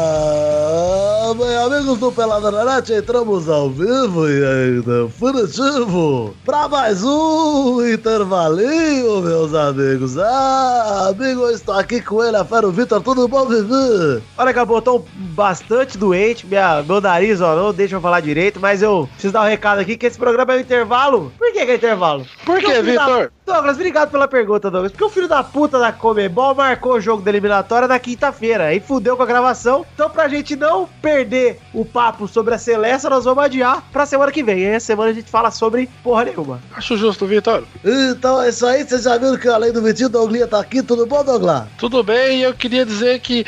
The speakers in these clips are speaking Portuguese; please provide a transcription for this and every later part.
Ah! Bem, amigos do Pelada na Net, entramos ao vivo e ainda furativo para mais um intervalinho, meus amigos. Ah, amigo, eu estou aqui com ele, a Fera o Vitor, tudo bom, Vivi? Olha que botou bastante doente, minha, meu nariz, ó, não deixa eu falar direito, mas eu preciso dar um recado aqui que esse programa é um intervalo. Por que, que é intervalo? Por Porque que, o filho da- Vitor? Douglas, obrigado pela pergunta, Douglas. Porque o filho da puta da Comebol marcou o jogo da eliminatória na quinta-feira e fudeu com a gravação. Então, pra gente não perder o papo sobre a Celeste, nós vamos adiar pra semana que vem. E aí, a semana a gente fala sobre porra nenhuma. Acho justo, Vitor. Então é isso aí, vocês já viram que além do Vitinho, Douglinha tá aqui, tudo bom, Douglas? Tudo bem, eu queria dizer que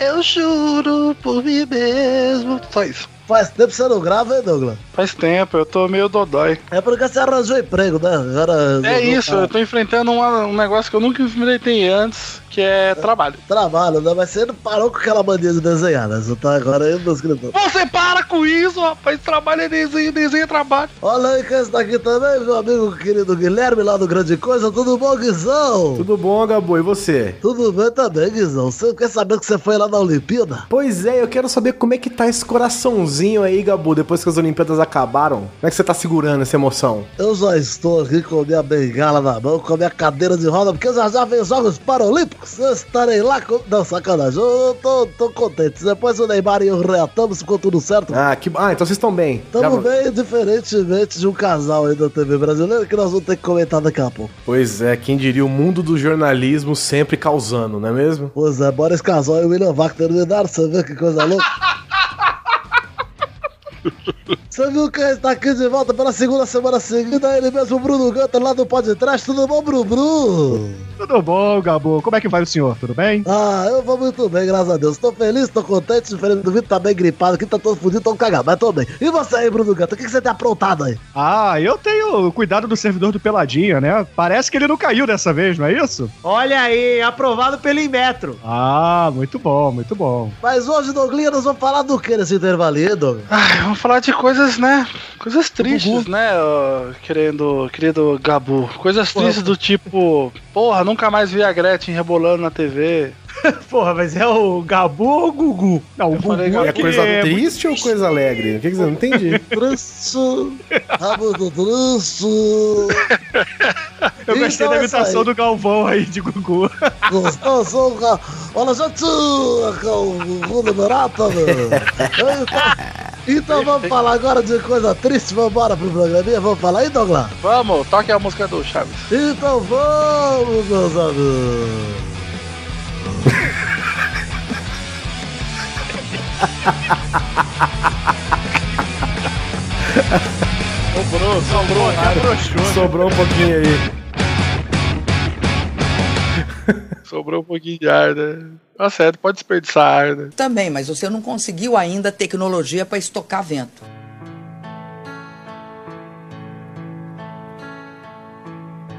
eu juro por mim mesmo. Só isso. Faz tempo que você não grava, hein, Douglas? Faz tempo, eu tô meio dodói. É porque você arranjou emprego, né? Agora, tá. É resolveu- isso, eu tô enfrentando uma- um negócio que eu nunca enfrentei antes, que é trabalho. Trabalho, né? Mas você não parou com aquela mania de desenhar, né? Você tá agora aí no escritor. Você para com isso, rapaz. Trabalho é desenho, desenho é trabalho. Olha aí quem está tá aqui também, meu amigo querido Guilherme, lá do Grande Coisa. Tudo bom, Guizão? Tudo bom, Gabo? E você? Tudo bem também, Guizão. Você quer saber que você foi lá na Olimpíada? Pois é, eu quero saber como é que tá esse coraçãozinho aí, Gabo, depois que as Olimpíadas acabaram. Como é que você tá segurando essa emoção? Eu já estou aqui com minha bengala na mão, com minha cadeira de roda, porque já já vem os Jogos Paralímpicos. Eu estarei lá com... Não, sacanagem. Eu tô, tô contente. Depois o Neymar e eu reatamos, ficou tudo certo. Ah, que Ah, então vocês estão bem. Tamo Gabo- bem, diferentemente de um casal aí da TV brasileira, que nós vamos ter que comentar daqui a pouco. Pois é, quem diria o mundo do jornalismo sempre causando, não é mesmo? Pois é, Boris Casal e o William Wagner terminaram, você vê que coisa louca? Você viu que está aqui de volta pela segunda semana seguida, ele mesmo, Bruno Ganter, lá do podcast, tudo bom, Bru Bru? Tudo bom, Gabo? Como é que vai o senhor? Tudo bem? Ah, eu vou muito bem, graças a Deus. Tô feliz, tô contente, diferente do Vitor, tá bem gripado aqui, tá todo fudido, tô cagado, mas tô bem. E você aí, Bruno Ganter, o que, que você tem aprontado aí? Ah, eu tenho o cuidado do servidor do Peladinha, né? Parece que ele não caiu dessa vez, não é isso? Olha aí, aprovado pelo Inmetro. Ah, muito bom, muito bom. Mas hoje, Douglinha, nós vamos falar do que nesse intervalo aí, Douglas? Ai, vamos falar de coisas, né? Coisas tristes, né, ô, querendo, querido Gabu? Coisas tristes do tipo, porra, nunca mais vi a Gretchen rebolando na TV. Porra, mas é o Gabu ou o Gugu? Não, o falei, Gugu cara, É aqui coisa é- triste ou coisa alegre? O que que você não entendi? Tranço, rabo do tranço. Eu gostei Então da é isso imitação aí. do Galvão aí de Gugu. Gostou? Sou o Ra- Olha, gente, é o Rudo Murata, meu. Então, então vamos falar agora de coisa triste. Vamos embora pro programinha. Vamos falar aí, Douglas? Vamos, toque a música do Chaves. Então vamos, meus amigos. Sobrou, sobrou, Sobrou um pouquinho aí. sobrou um pouquinho de ar, né? Tá certo, pode desperdiçar ar, né? Também, mas você não conseguiu ainda tecnologia para estocar vento.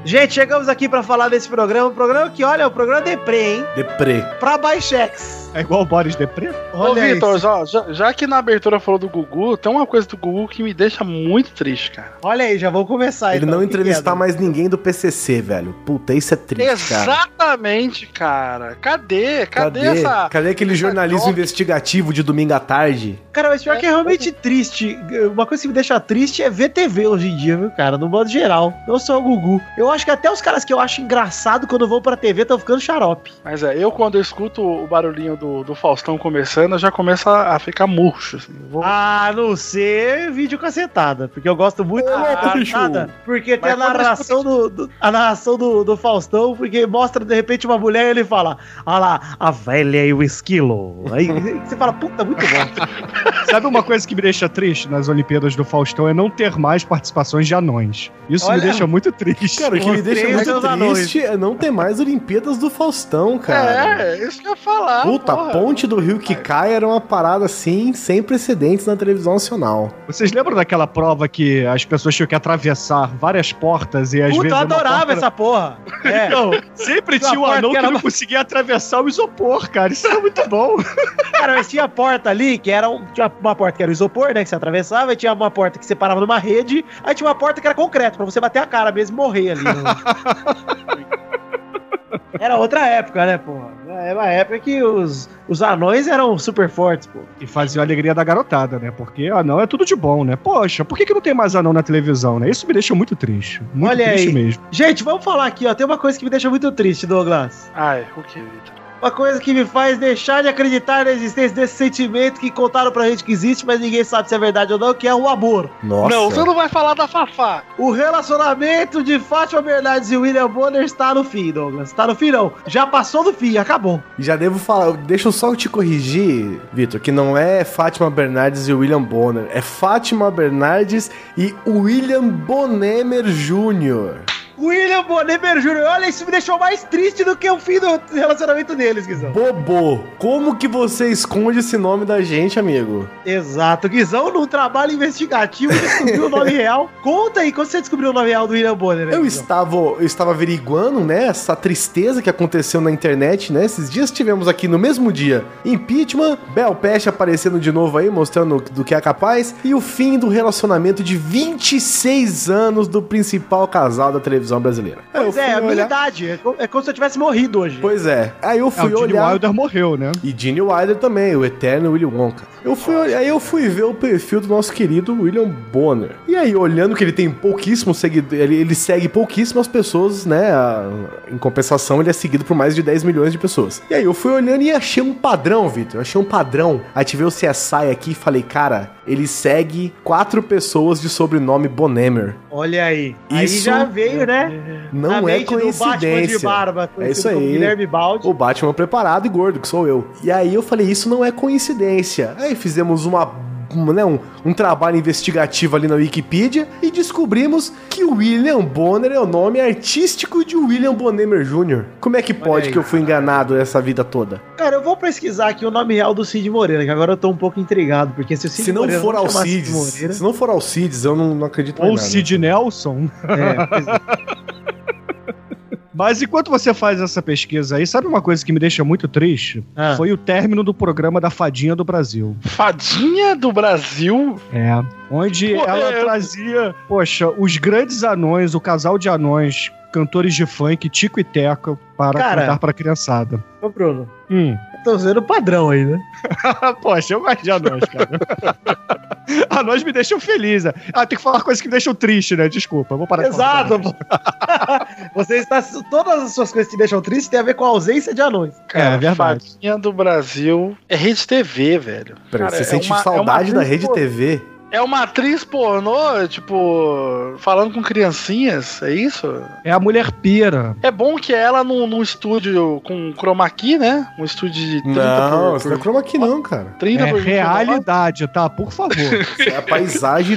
Gente, chegamos aqui pra falar desse programa. Um programa que, olha, é um programa deprê, hein? Deprê. Pra Baixex. É igual o Boris Depre? Ô, Olha Vitor, isso. ó, já, já que na abertura falou do Gugu, tem uma coisa do Gugu que me deixa muito triste, cara. Olha aí, já vou começar. Ele então. não Que entrevistar merda. mais ninguém do PCC, velho. Puta, isso é triste, cara. Exatamente, cara. Cadê? Cadê, Cadê, essa. cadê aquele essa jornalismo troca? investigativo de domingo à tarde? Cara, mas pior que é realmente triste. Uma coisa que me deixa triste é ver TV hoje em dia, viu, cara? No modo geral. Não só o Gugu. Eu acho que até os caras que eu acho engraçado quando vão pra TV estão ficando xarope. Mas é, eu quando eu escuto o barulhinho do, do Faustão começando, eu já começo a, a ficar murcho, assim. Eu Ah, vou- A não ser vídeo cacetada, porque eu gosto muito Ah, da cacetada, porque tem a Mas quando eu narração, do, do- a narração do, do Faustão, porque mostra de repente uma mulher e ele fala, ah lá, a velha e o esquilo. Aí você fala, puta, muito bom. Sabe uma coisa que me deixa triste nas Olimpíadas do Faustão é não ter mais participações de anões. Isso Olha- me deixa muito triste. Cara, o que me deixa Odeio muito seus anões. triste é não ter mais Olimpíadas do Faustão, cara. É, isso que eu ia falar. Puta, porra. a ponte do rio que cai era uma parada assim, sem precedentes na televisão nacional. Vocês lembram daquela prova que as pessoas tinham que atravessar várias portas e às Puta, vezes. eu uma adorava porta- essa porra. É. Não, sempre Essa tinha um parte anão que que, era não uma- conseguia atravessar o isopor, cara. Isso era muito bom. Cara, mas tinha a porta ali, que era um- tinha uma porta que era o isopor, né? Que você atravessava, e tinha uma porta que você parava numa rede, aí tinha uma porta que era concreto, pra você bater a cara mesmo e morrer ali. né? Era outra época, né, porra? Era uma época que os, os anões eram super fortes, pô. E fazer a alegria da garotada, né? Porque anão é tudo de bom, né? Poxa, por que, que não tem mais anão na televisão, né? Isso me deixa muito triste. Muito Olha triste aí. mesmo. Gente, vamos falar aqui, ó. Tem uma coisa que me deixa muito triste, Douglas. Ai, o que, Vitor? Uma coisa que me faz deixar de acreditar na existência desse sentimento que contaram pra gente que existe, mas ninguém sabe se é verdade ou não, que é o amor. Nossa. Não, você não vai falar da Fafá. O relacionamento de Fátima Bernardes e William Bonner está no fim, Douglas. Está no fim, não. Já passou do fim, acabou. Já devo falar, deixa eu só te corrigir, Vitor, que não é Fátima Bernardes e William Bonner, é Fátima Bernardes e William Bonemer Jr. William Bonner Jr., olha, isso me deixou mais triste do que o fim do relacionamento deles, Guizão. Bobo, como que você esconde esse nome da gente, amigo? Exato, Guizão, num trabalho investigativo, descobriu o nome real. Conta aí, quando você descobriu o nome real do William Bonner? né, Eu Guizão? estava, eu estava averiguando, né, essa tristeza que aconteceu na internet, né? Esses dias tivemos aqui no mesmo dia impeachment, Bel Peste aparecendo de novo aí, mostrando do que é capaz, e o fim do relacionamento de 26 anos do principal casal da televisão brasileira. Aí eu Pois é, fui a minha olhar- idade. É co- é como se eu tivesse morrido hoje. Pois é. Aí eu Ah, o fui Gene olhar Wilder morreu, né? e Gene Wilder também, o eterno Willy Wonka. Eu fui, aí eu fui ver o perfil do nosso querido William Bonner. E aí, olhando que ele tem pouquíssimos seguidores, ele, ele segue pouquíssimas pessoas, né? a- em compensação, ele é seguido por mais de 10 milhões de pessoas. E aí eu fui olhando e achei um padrão, Vitor. eu Achei um padrão. Ativei o CSI aqui e falei, cara, ele segue quatro pessoas de sobrenome Bonemer. Olha aí. Aí Isso- já veio, né? Não na é mente do Batman de coincidência. É Barba, conhecido isso como aí. Guilherme Baldi. O Batman preparado e gordo, que sou eu. E aí eu falei, isso não é coincidência. Aí fizemos uma. um, né, um, um trabalho investigativo ali na Wikipedia e descobrimos que William Bonner é o nome artístico de William Bonemer Jr. Como é que pode aí, que eu fui enganado essa vida toda? Cara, eu vou pesquisar aqui o nome real do Cid Moreira, que agora eu tô um pouco intrigado, porque se o Cid se não Moreira for não chamasse Cid Alcides, Moreira- se não for Alcides, eu não, não acredito mais Ou nada. Sid Nelson. É, pois é. Mas enquanto você faz essa pesquisa aí, sabe uma coisa que me deixa muito triste? Ah. Foi o término do programa da Fadinha do Brasil. Fadinha do Brasil? É. Onde Pô, ela é. trazia, poxa, os grandes anões, o casal de anões, cantores de funk, Tico e Teca, para Cara. cantar pra criançada. Ô, Bruno, Hum. eu tô vendo o padrão aí, né? Poxa, eu gosto de anões, cara. anões me deixam feliz. né? Ah, tem que falar coisas que me deixam triste, né? Desculpa, eu vou parar de falar. Exato, pô. Você está. Todas as suas coisas que te deixam triste tem a ver com a ausência de anões. É, é verdade. Fadinha do Brasil é Rede TV, velho. Cara, Peraí, você é sente uma- é uma saudade da atriz rede por- TV? É uma atriz pornô, tipo, falando com criancinhas, é isso? É a mulher pira. É bom que ela num, num estúdio com chroma key, né? Um estúdio de 30 Não, você por, não é por chroma aqui não, cara. 30 tá É por 29. realidade, tá? Por favor. Isso é a paisagem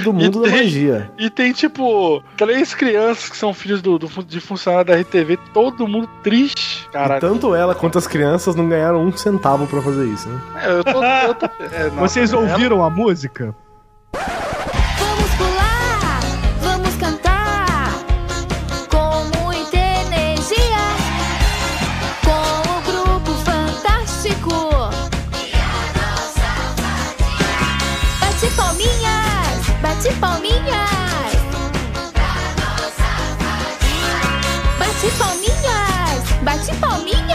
do mundo da tem- magia. E tem, tipo, três crianças que são filhos do, do fun- de funcionário da RTV, todo mundo triste. E Então- Caralho. tanto ela quanto as crianças não ganharam um centavo pra fazer isso, né? É, eu tô- eu tô- é, não, Vocês é- ouviram a música? Vamos pular, vamos cantar com muita energia, com o grupo fantástico. Bate palminhas, bate palminhas. Bate palminhas, bate palminhas.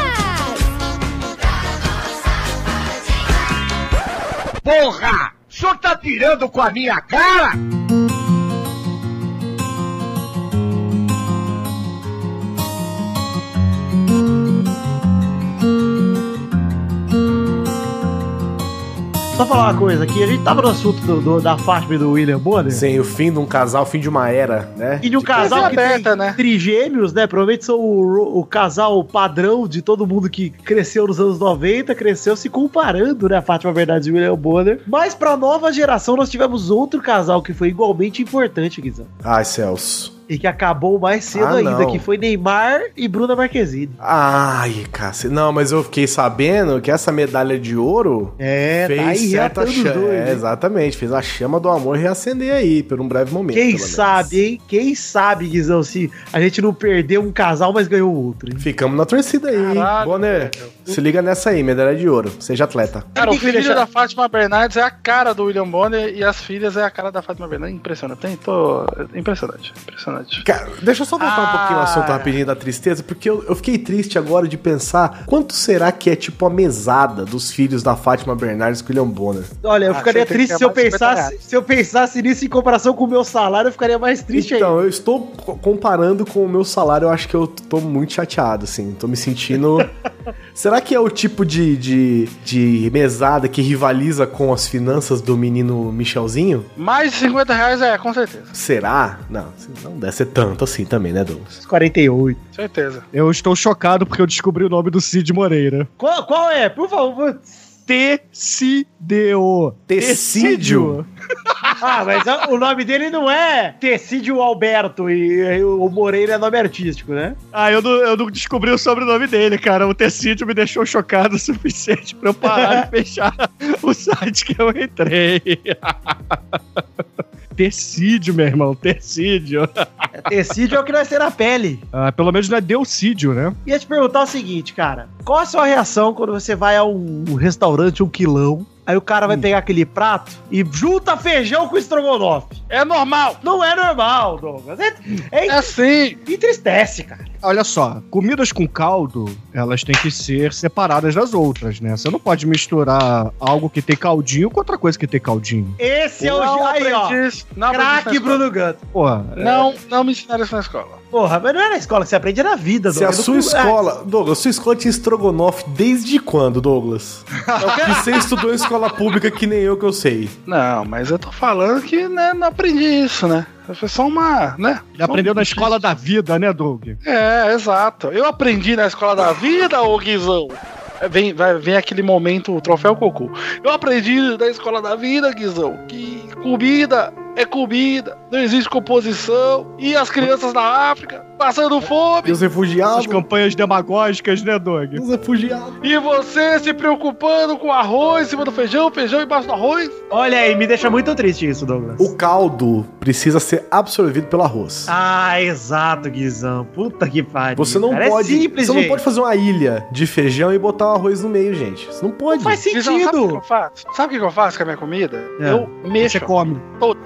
Só falar uma coisa aqui, a gente tava no assunto do, do- da Fátima e do William Bonner. Sim, o fim de um casal, o fim de uma era, né? E de um casal que TV aberta, tem né? trigêmeos, né? Provavelmente são o, ro- o casal padrão de todo mundo que cresceu nos anos 90, cresceu se comparando, né? A Fátima Verdade e o William Bonner. Mas pra nova geração nós tivemos outro casal que foi igualmente importante, Guizão. Ai, Celso. E que acabou mais cedo Ah, ainda, não. que foi Neymar e Bruna Marquezine. Ai, cacete. Não, mas eu fiquei sabendo que essa medalha de ouro É, fez certa reatando os chama. dois, É, hein? exatamente, fez a chama do amor reacender aí, por um breve momento. Quem pelo menos. sabe, hein? Quem sabe, Guizão, se a gente não perdeu um casal, mas ganhou outro. Hein? Ficamos na torcida aí, hein? Caralho, Bonner, velho. se liga nessa aí, medalha de ouro. Seja atleta. Cara, o Tem que filho deixar- da Fátima Bernardes é a cara do William Bonner e as filhas é a cara da Fátima Bernardes. Impressionante, tem? Tô... Impressionante, impressionante. Donald. Cara, deixa eu só voltar um Ah. pouquinho no assunto rapidinho da tristeza, porque eu, eu fiquei triste agora de pensar quanto será que é tipo a mesada dos filhos da Fátima Bernardes com o William Bonner. Olha, eu Ah, ficaria você tem que triste ter se eu, mais 50 pensasse, se eu pensasse nisso em comparação com o meu salário, eu ficaria mais triste ainda. Então, eu estou co- comparando com o meu salário, eu acho que eu tô muito chateado, assim. Tô me sentindo. Será que é o tipo de, de, de mesada que rivaliza com as finanças do menino Michelzinho? Mais de 50 reais é, com certeza. Será? Não, não deve ser tanto assim também, né, Douglas? 48. Certeza. Eu estou chocado porque eu descobri o nome do Cid Moreira. Qual, qual é? Por favor. Tecideo. Tecídio? Ah, mas a- o nome dele não é Tecídio Alberto e, e o Moreira é nome artístico, né? Ah, eu não, eu não descobri o sobrenome dele, cara. O Tecídio me deixou chocado o suficiente pra eu parar de fechar o site que eu entrei. Tecídio, meu irmão, Tecídio. Tecídio é o que nascer na pele. Ah, pelo menos não é Deucídio, né? Ia te perguntar o seguinte, cara. Qual a sua reação quando você vai a um restaurante, um quilão, aí o cara vai pegar aquele prato e junta feijão com estrogonofe? É normal. Não é normal, Douglas. É, é, É assim. entristece, cara. Olha só, comidas com caldo, elas têm que ser separadas das outras, né? Você não pode misturar algo que tem caldinho com outra coisa que tem caldinho. Esse é o... não Aí, ó. aprendi isso- não aprendi Craque isso na escola. Bruno Ganto. Porra, Não, não me ensinaram isso na escola. Porra, mas não é na escola que você aprende, é na vida, Se a Douglas. Ah. sua Não- escola. Douglas, sua escola tinha estrogonofe desde quando, Douglas? E você estudou em escola pública que nem eu que eu sei. Não, mas eu tô falando que né, não aprendi isso, né? Foi só uma, né? ele aprendeu na escola da vida, né, Doug? É, exato. Eu aprendi na escola da vida, ô Guizão. É, Vem, vai, vem aquele momento, o troféu cocô. Eu aprendi na escola da vida, Guizão, que comida é comida, não existe composição, e as crianças na África passando E fome, os refugiados. As É. campanhas demagógicas, né, Doug? Os refugiados. e você se preocupando com arroz em cima do feijão, feijão embaixo do arroz. Olha aí, me deixa muito triste isso, Douglas. O caldo precisa ser absorvido pelo arroz. Ah, exato, Guizão. Puta que pariu. Você não cara. pode. É simples, você gente. não pode fazer uma ilha de feijão e botar o arroz no meio, gente. Você não pode. Não faz Guizão, sabe o que sentido. eu faço? Sabe o que eu faço com a minha comida? É. Eu mexo Você come. toda.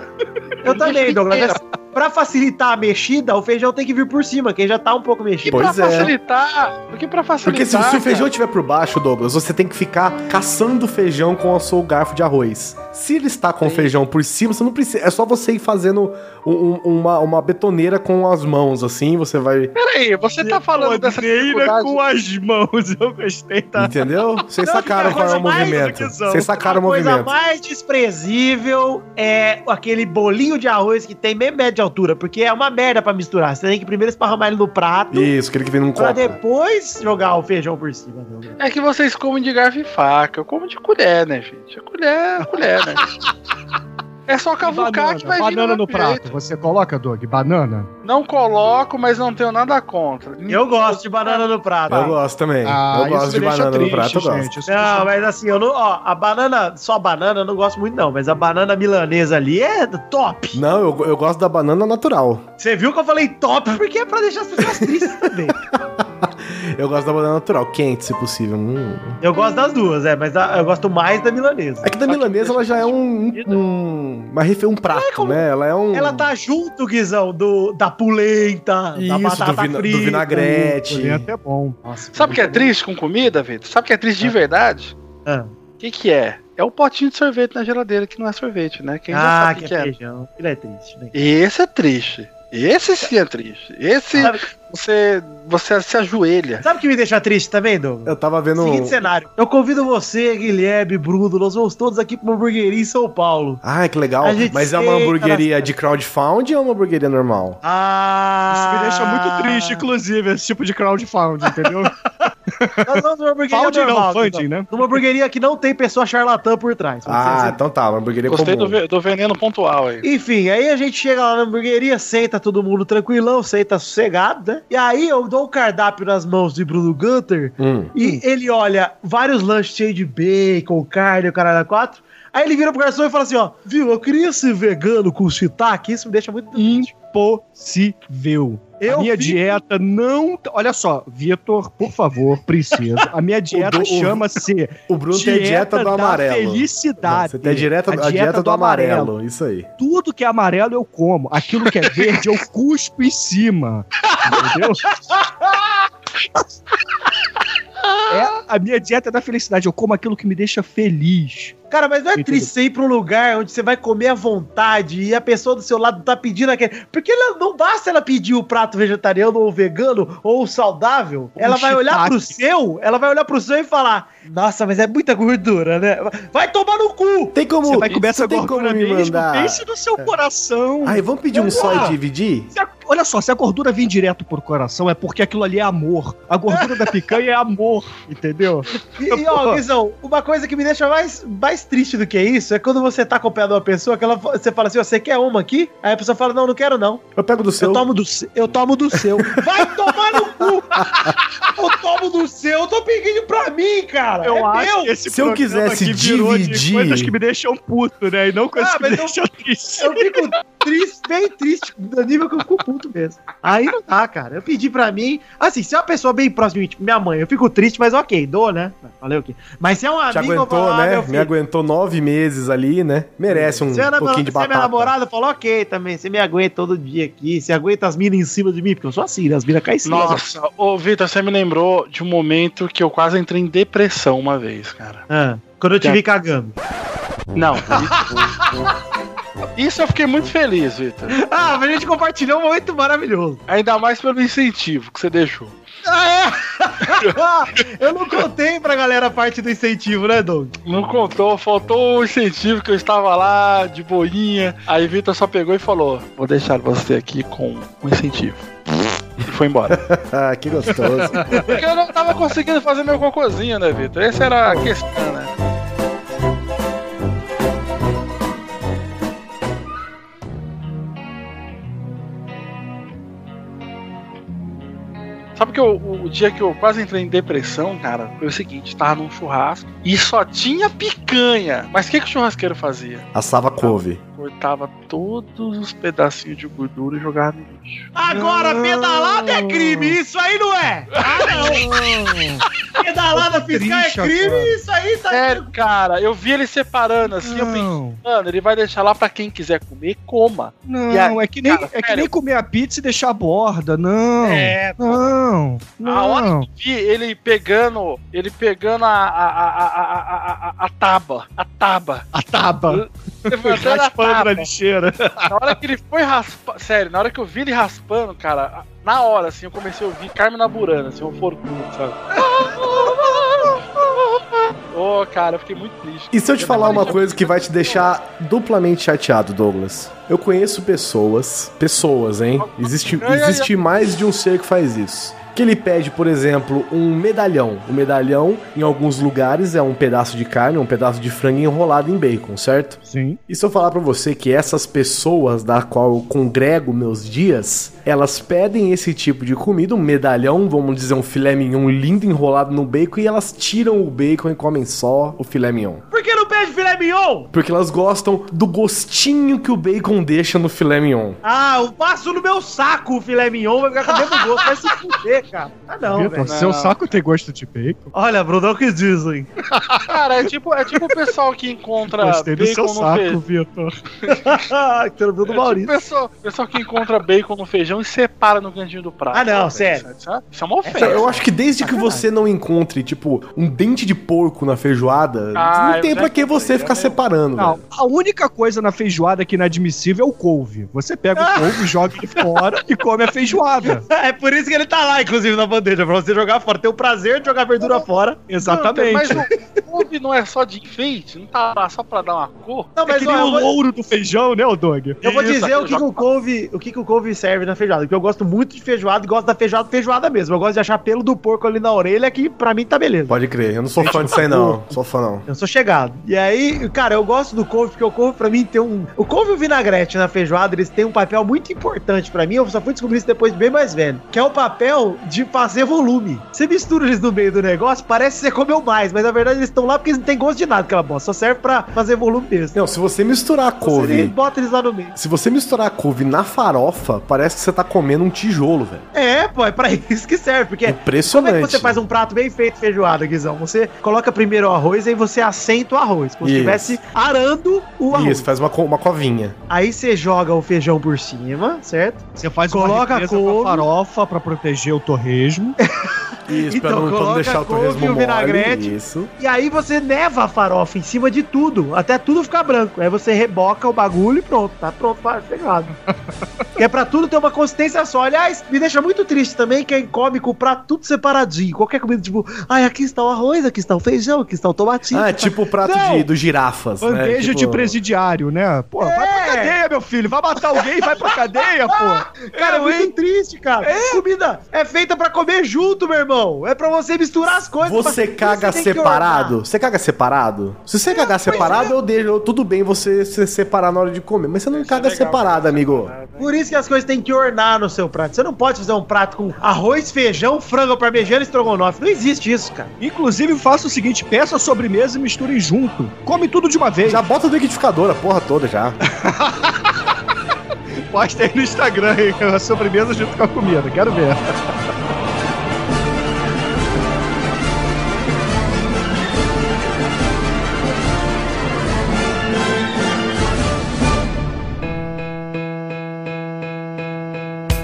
Eu também, mexo Douglas. inteira. mas Pra facilitar a mexida, o feijão tem que vir por cima, que já tá um pouco E mexido. Pois pra é. facilitar, porque pra facilitar. Porque se, se o cara, feijão estiver por baixo, Douglas, você tem que ficar caçando feijão com o seu garfo de arroz. Se ele está com o feijão por cima, você não precisa. É só você ir fazendo um- um- uma, uma betoneira com as mãos, assim, você vai. Peraí, você tá falando dessa Podeira né, dificuldade. com as mãos, eu gostei, tá? Entendeu? Vocês Não, sacaram fica qual é o coisa mais movimento. do que são. Vocês sacaram o a É coisa movimento. mais desprezível é aquele bolinho de arroz que tem meio metro de altura, porque é uma merda pra misturar. Você tem que primeiro esparramar ele no prato, Isso, aquele que vem num pra copo. depois jogar o feijão por cima, Douglas. É que vocês comem de garfo e faca. Eu como de colher, né, gente? A colher é colher, né? É só cavucar Banana, que vai vir. banana do no meu jeito. prato. Você coloca, Doug? Banana? Não coloco, mas não tenho nada contra. Eu gosto de banana no prato. Eu gosto também. Ah, Ah, eu gosto de banana no prato, eu gosto. Não, mas assim, eu não. Ó, a banana, só a banana eu não gosto muito, não. Mas a banana milanesa ali é top. Não, eu, eu gosto da banana natural. Você viu que eu falei top porque é pra deixar as pessoas tristes também. Eu gosto da banana natural, quente, se possível. Hum. Eu gosto das duas, é, mas a- eu gosto mais da milanesa. É que da milanesa ela já é um, um, uma refe- um prato, como- né? Ela é um. Ela tá junto, Guizão, do, da pulenta, da Isso, batata do, vina- do frita. vinagrete. Colher até é bom. Sabe o que é triste com comida, Vitor? Sabe o que é triste de verdade? Ah. O que, que é? É o potinho de sorvete na geladeira, que não é sorvete, né? Quem já Ah, sabe o que que, é que é. feijão. Aquilo é triste, né? Esse é triste. Esse sim é triste. Esse Sabe- você, você se ajoelha. Sabe o que me deixa triste também, Douglas? Eu tava vendo. Seguinte cenário. Eu convido você, Guilherme, Bruno, nós vamos todos aqui pra uma hamburgueria em São Paulo. Ah, que legal. A gente Mas é uma senta hamburgueria nas- de crowdfunding ou é uma hamburgueria normal? Ah! Isso me deixa muito triste, inclusive, esse tipo de crowdfunding, entendeu? Nós vamos numa hamburgueria Founding não, normal, funding, então. né? Numa hamburgueria que não tem pessoa charlatã por trás. pode ser Ah, assim. então tá, uma hamburgueria Gostei do, comum. ve- do veneno pontual aí. Enfim, aí a gente chega lá na hamburgueria, senta todo mundo tranquilão, senta sossegado, né? E aí eu dou o cardápio nas mãos de Bruno Gunter Hum. e ele olha vários lanches cheios de bacon, carne, o caralho a quatro. Aí ele vira pro garçom e fala assim, ó, viu, eu queria esse vegano com shiitake, isso me deixa muito doente. Impossível. Eu a minha fico- dieta não. Olha só, Vitor, por favor, precisa. A minha dieta do- o- chama-se O Bruno tem a dieta do da amarelo. Não, Felicidade. Você tem a dieta, a dieta, do, amarelo. isso aí. Tudo que é amarelo eu como. Aquilo que é verde eu cuspo em cima. Entendeu? É a minha dieta da felicidade. Eu como aquilo que me deixa feliz. Cara, mas não é Entendi. triste você ir pra um lugar onde você vai comer à vontade e a pessoa do seu lado tá pedindo aquele. Porque ela, não basta ela pedir o prato vegetariano ou vegano ou saudável. Um ela vai olhar pro seu, ela vai olhar pro seu e falar: Nossa, mas é muita gordura, né? Vai tomar no cu! Tem como. Você vai comer essa você tem como gordura me mesmo. mandar. É. Pense no seu coração. Aí, vamos pedir um só e dividir? Se a- olha só, se a gordura vem direto pro coração, é porque aquilo ali é amor. A gordura da picanha é amor, entendeu? E, e, ó, Guizão, uma coisa que me deixa mais, mais triste do que isso é quando você tá com o pé de uma pessoa que ela, fa- você fala assim: ó, Você quer uma aqui? Aí a pessoa fala: Não, não quero não. Eu pego do seu. Eu tomo do, se- eu tomo do seu. Vai tomar no cu! Eu tomo do seu, eu tô pedindo pra mim, cara! é meu! que esse Se eu programa quisesse aqui virou dividir- De coisas que me deixam puto, né? E não coisas Ah, que me mas eu- deixam triste. Eu fico triste, bem triste, do nível que eu fico puto mesmo. Aí não dá, cara. Eu pedi pra mim. Assim, se é uma pessoa bem próxima, de mim, tipo minha mãe, eu fico triste, mas ok, dou, né? Valeu aqui. Mas se é um Te amigo, eu aguentou, falo, ah, né? meu Me filho. aguentou nove meses ali, né? Merece um Se é, na- pouquinho de se é minha batata. namorada, eu falo, ok também, você me aguenta todo dia aqui, você aguenta as minas em cima de mim, porque eu sou assim, né? As minas caem em cima. Nossa, ô Vitor, você me lembrou de um momento que eu quase entrei em depressão uma vez, cara. Ah, quando eu te vi cagando. Não. isso- Isso eu fiquei muito feliz, Vitor. Ah, mas a gente compartilhou um momento maravilhoso. Ainda mais pelo incentivo que você deixou. Ah, eu não contei pra galera a parte do incentivo, né, Doug? Não contou, faltou o incentivo que eu estava lá de boinha. Aí Vitor só pegou e falou: Vou deixar você aqui com um incentivo. E foi embora. Ah, que gostoso. Porque eu não tava conseguindo fazer meu cocôzinho, né, Vitor? Essa era a questão, né? Sabe que eu- o, o dia que eu quase entrei em depressão, cara, foi o seguinte: tava num churrasco e só tinha picanha. Mas o que, que o churrasqueiro fazia? Assava couve. cortava todos os pedacinhos de gordura e jogava no lixo. Agora, pedalada é crime, isso aí não é! Pedalada fiscal é triste crime, agora. isso aí tá. Sério, cara, eu vi ele separando assim, eu pensei, Não, mano, ele vai deixar lá pra quem quiser comer, coma. E não, aí, é, que nem, cara, é que sério. nem comer a pizza e deixar a borda, não. É, tá. Não, A hora não. que vi ele pegando, ele pegando a, a, a, a, a, a- a, a taba, a taba, A tábua. levantando a Raspando na taba. lixeira. Na hora que ele foi raspar, sério, na hora que eu vi ele raspando, cara, na hora, assim, eu comecei a ouvir Carmen Burana, assim, um fortuna, sabe? Ô, cara, eu fiquei muito triste. E se eu te falar uma coisa que vai te deixar duplamente chateado, Douglas? Eu conheço pessoas, pessoas, hein? Existe, existe mais de um ser que faz isso. Que ele pede, por exemplo, um medalhão. O medalhão, em alguns lugares, é um pedaço de carne, um pedaço de frango enrolado em bacon, certo? Sim. E se eu falar pra você que essas pessoas da qual eu congrego meus dias, elas pedem esse tipo de comida, um medalhão, vamos dizer, um filé mignon lindo enrolado no bacon, e elas tiram o bacon e comem só o filé mignon. Por que não pede filé mignon? Porque elas gostam do gostinho que o bacon deixa no filé mignon. Ah, eu passo no meu saco o filé mignon, vai ficar com o mesmo gosto, vai se fuder, cara. Ah, não, Vitor, velho. seu saco tem gosto de bacon. Olha, Bruno, é o que dizem. Cara, é tipo, é tipo o pessoal que encontra Gostei do seu bacon no saco, feijão. Vitor. Pelo Bruno Tipo o Maurício. pessoal, pessoal que encontra bacon no feijão e separa no cantinho do prato. Ah, não, Isso é- sério. Isso é, isso é uma ofensa. Eu acho que desde que você não encontre, tipo, um dente de porco na feijoada, Ah, não eu tem já pra que encontrei, você eu ficar não- separando. Não, velho. a única coisa na feijoada que não é admissível é o couve. Você pega o couve, joga ele fora e come a feijoada. É por isso que ele tá lá, inclusive, na bandeja, pra você jogar fora. Ter o prazer de jogar verdura fora. Exatamente. Mas o couve não é só de enfeite? Não tá lá só pra dar uma cor? Não, é que nem ó, eu o vou- louro do feijão, né, ô Doug? Eu vou Isso, dizer aquele o que, que o couve, o que, que o couve serve na feijoada, porque eu gosto muito de feijoada e gosto da feijoada feijoada mesmo. Eu gosto de achar pelo do porco ali na orelha, que pra mim tá beleza. Pode crer, eu não sou fã disso aí não. Sou fã não. Eu sou chegado. E aí, cara, eu gosto do couve, porque o couve pra mim tem um... O couve e o vinagrete na feijoada, eles têm um papel muito importante pra mim, eu só fui descobrir isso depois de bem mais velho, que é o papel de fazer volume. Você mistura eles no meio do negócio, parece que você comeu mais, mas na verdade eles estão estão lá porque eles não tem gosto de nada aquela bosta. Só serve pra fazer volume mesmo. Não, se você misturar a Então, você couve. bota eles lá no meio. Se você misturar a couve na farofa, parece que você tá comendo um tijolo, velho. É, pô, é pra isso que serve, porque... Como Impressionante. é que você faz um prato bem feito feijoada, Guizão? Você coloca primeiro o arroz, aí você assenta o arroz, como se Isso. estivesse arando o arroz. Isso, faz uma, co- uma covinha. Aí você joga o feijão por cima, certo? Você faz Coloca Coloca a uma represa couve. pra farofa pra proteger o torresmo. Isso, Então, coloca a couve e o vinagrete. Isso. E aí você neva a farofa em cima de tudo, até tudo ficar branco. Aí você reboca o bagulho e pronto, tá pronto para feijoada. que é pra tudo ter uma consistência só. Aliás, me deixa muito triste também quem come com o prato tudo separadinho. Qualquer comida, tipo, ai, aqui está o arroz, aqui está o feijão, aqui está o tomatinho. Ah, é aqui está- tipo o prato Não. de, dos girafas, É, Bandeja né? Tipo- de presidiário, né? Pô, vai pra É. cadeia, meu filho. Vai matar alguém, vai pra cadeia, pô. Cara, é Eu, muito hein? triste, cara. Comida é feita pra comer junto, meu irmão. É pra você misturar as coisas. Você pra- caga tem que separado? ornar. Você caga separado? Se você cagar separado, eu deixo. eu- Tudo bem você se separar na hora de comer, mas você não caga separado, amigo. Por isso que as coisas têm que ornar no seu prato. Você não pode fazer um prato com arroz, feijão, frango, parmegiana e estrogonofe. Não existe isso, cara. Inclusive, faça o seguinte: peça a sobremesa e misturem junto. Come tudo de uma vez. Já bota no liquidificador a porra toda já. posta aí no Instagram, hein? A sobremesa junto com a comida. Quero ver.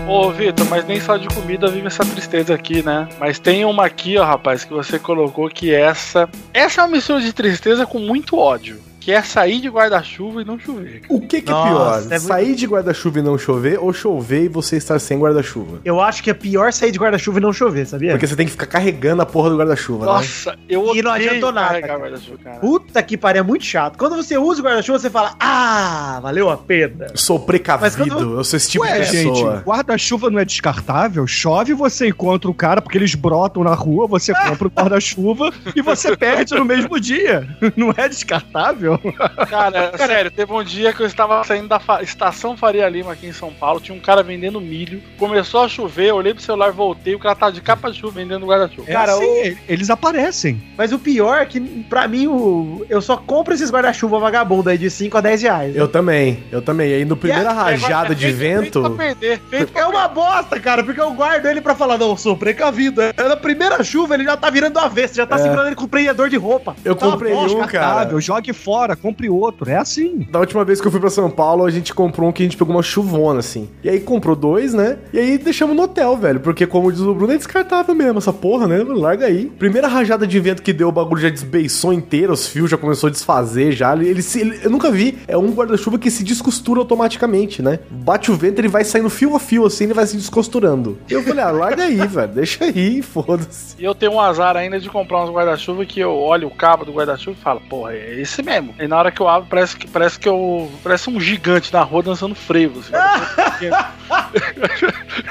Ô, Vitor, mas nem só de comida vive essa tristeza aqui, né? Mas tem uma aqui, ó, rapaz, que você colocou que essa. Essa é uma mistura de tristeza com muito ódio. Que é sair de guarda-chuva e não chover. O que, que Nossa, é é pior? muito- Sair de guarda-chuva e não chover ou chover e você estar sem guarda-chuva? Eu acho que é pior sair de guarda-chuva e não chover, sabia? Porque você tem que ficar carregando a porra do guarda-chuva, né? Nossa, eu E não odeio adiantou nada, carregar cara. guarda-chuva, cara. Puta que pariu, é muito chato. Quando você usa o guarda-chuva, você fala, ah, valeu a pena. Eu sou Mas precavido, quando- eu sou esse tipo Ué, de pessoa. É, gente, guarda-chuva não é descartável? Chove, você encontra o cara, porque eles brotam na rua, você compra o guarda-chuva e você perde no mesmo dia. Não é descartável? Cara, sério, teve um dia que eu estava saindo da fa- estação Faria Lima aqui em São Paulo, tinha um cara vendendo milho, começou a chover, eu olhei pro celular, voltei, o cara tava de capa de chuva vendendo guarda-chuva. Cara, é assim, eles aparecem. Mas o pior é que, pra mim, o... eu só compro esses guarda-chuva vagabundo aí de 5 a 10 reais. Eu também, eu também. E aí, no primeira rajada de vento. é Feito pra perder, feito É uma bosta, cara, porque eu guardo ele pra falar, não, eu sou precavido. É, Na primeira chuva ele já tá virando do avesso, já tá segurando ele com o prendedor de roupa. É. Eu tá uma comprei bosta. um, cara. Descartável, jogue fora, compre outro. É assim. Da última vez que eu fui pra São Paulo, a gente comprou um que a gente pegou uma chuvona, assim. E aí comprou dois, né? E aí deixamos no hotel, velho. Porque, como diz o Bruno, é descartável mesmo essa porra, né? Larga aí. Primeira rajada de vento que deu, o bagulho já desbeiçou inteiro, os fios já começou a desfazer já. Ele, ele se- ele- eu nunca vi. É um guarda-chuva que se descostura automaticamente, né? Bate o vento, ele vai saindo fio a fio, assim, ele vai se descosturando. Eu falei, ah, larga aí, velho. Deixa aí, foda-se. E eu tenho um azar ainda de comprar uns guarda-chuva que eu olho o cabo do guarda-chuva e falo, porra, é esse mesmo. E na hora que eu abro, parece que, parece que eu. Parece um gigante na rua dançando frevo. assim,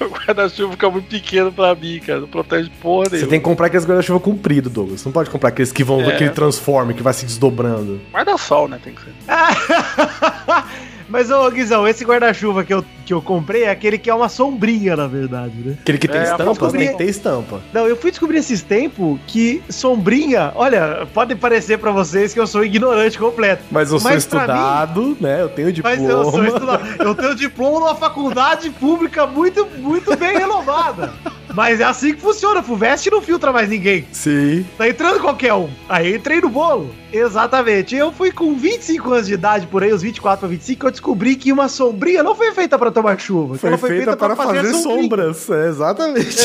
o guarda-chuva fica muito pequeno pra mim, cara. Não protege porra Você nenhuma. tem que comprar aqueles guarda-chuva comprido, Douglas. Não pode comprar aqueles que vão, É. aquele transforme que vai se desdobrando. Guarda-sol, né? Tem que ser. Mas, ô Guizão, esse guarda-chuva que eu, que eu comprei é aquele que é uma sombrinha, na verdade, né? Aquele que tem É, eu estampa? descobri. Tem que ter estampa. Não, eu fui descobrir esses tempos que sombrinha, olha, pode parecer pra vocês que eu sou ignorante completo. Mas eu sou Mas pra estudado, né? Eu tenho diploma. Mas eu sou estudado. Eu tenho diploma numa faculdade pública muito, muito bem renovada. Mas é assim que funciona. Fulvestre não filtra mais ninguém. Sim. Tá entrando qualquer um. Aí entrei no bolo. Exatamente. Eu fui com 25 anos de idade, por aí, uns 24 pra 25, que eu descobri que uma sombrinha não foi feita pra tomar chuva. que Foi, ela feita, para fazer, sombrinha. sombras. É, exatamente.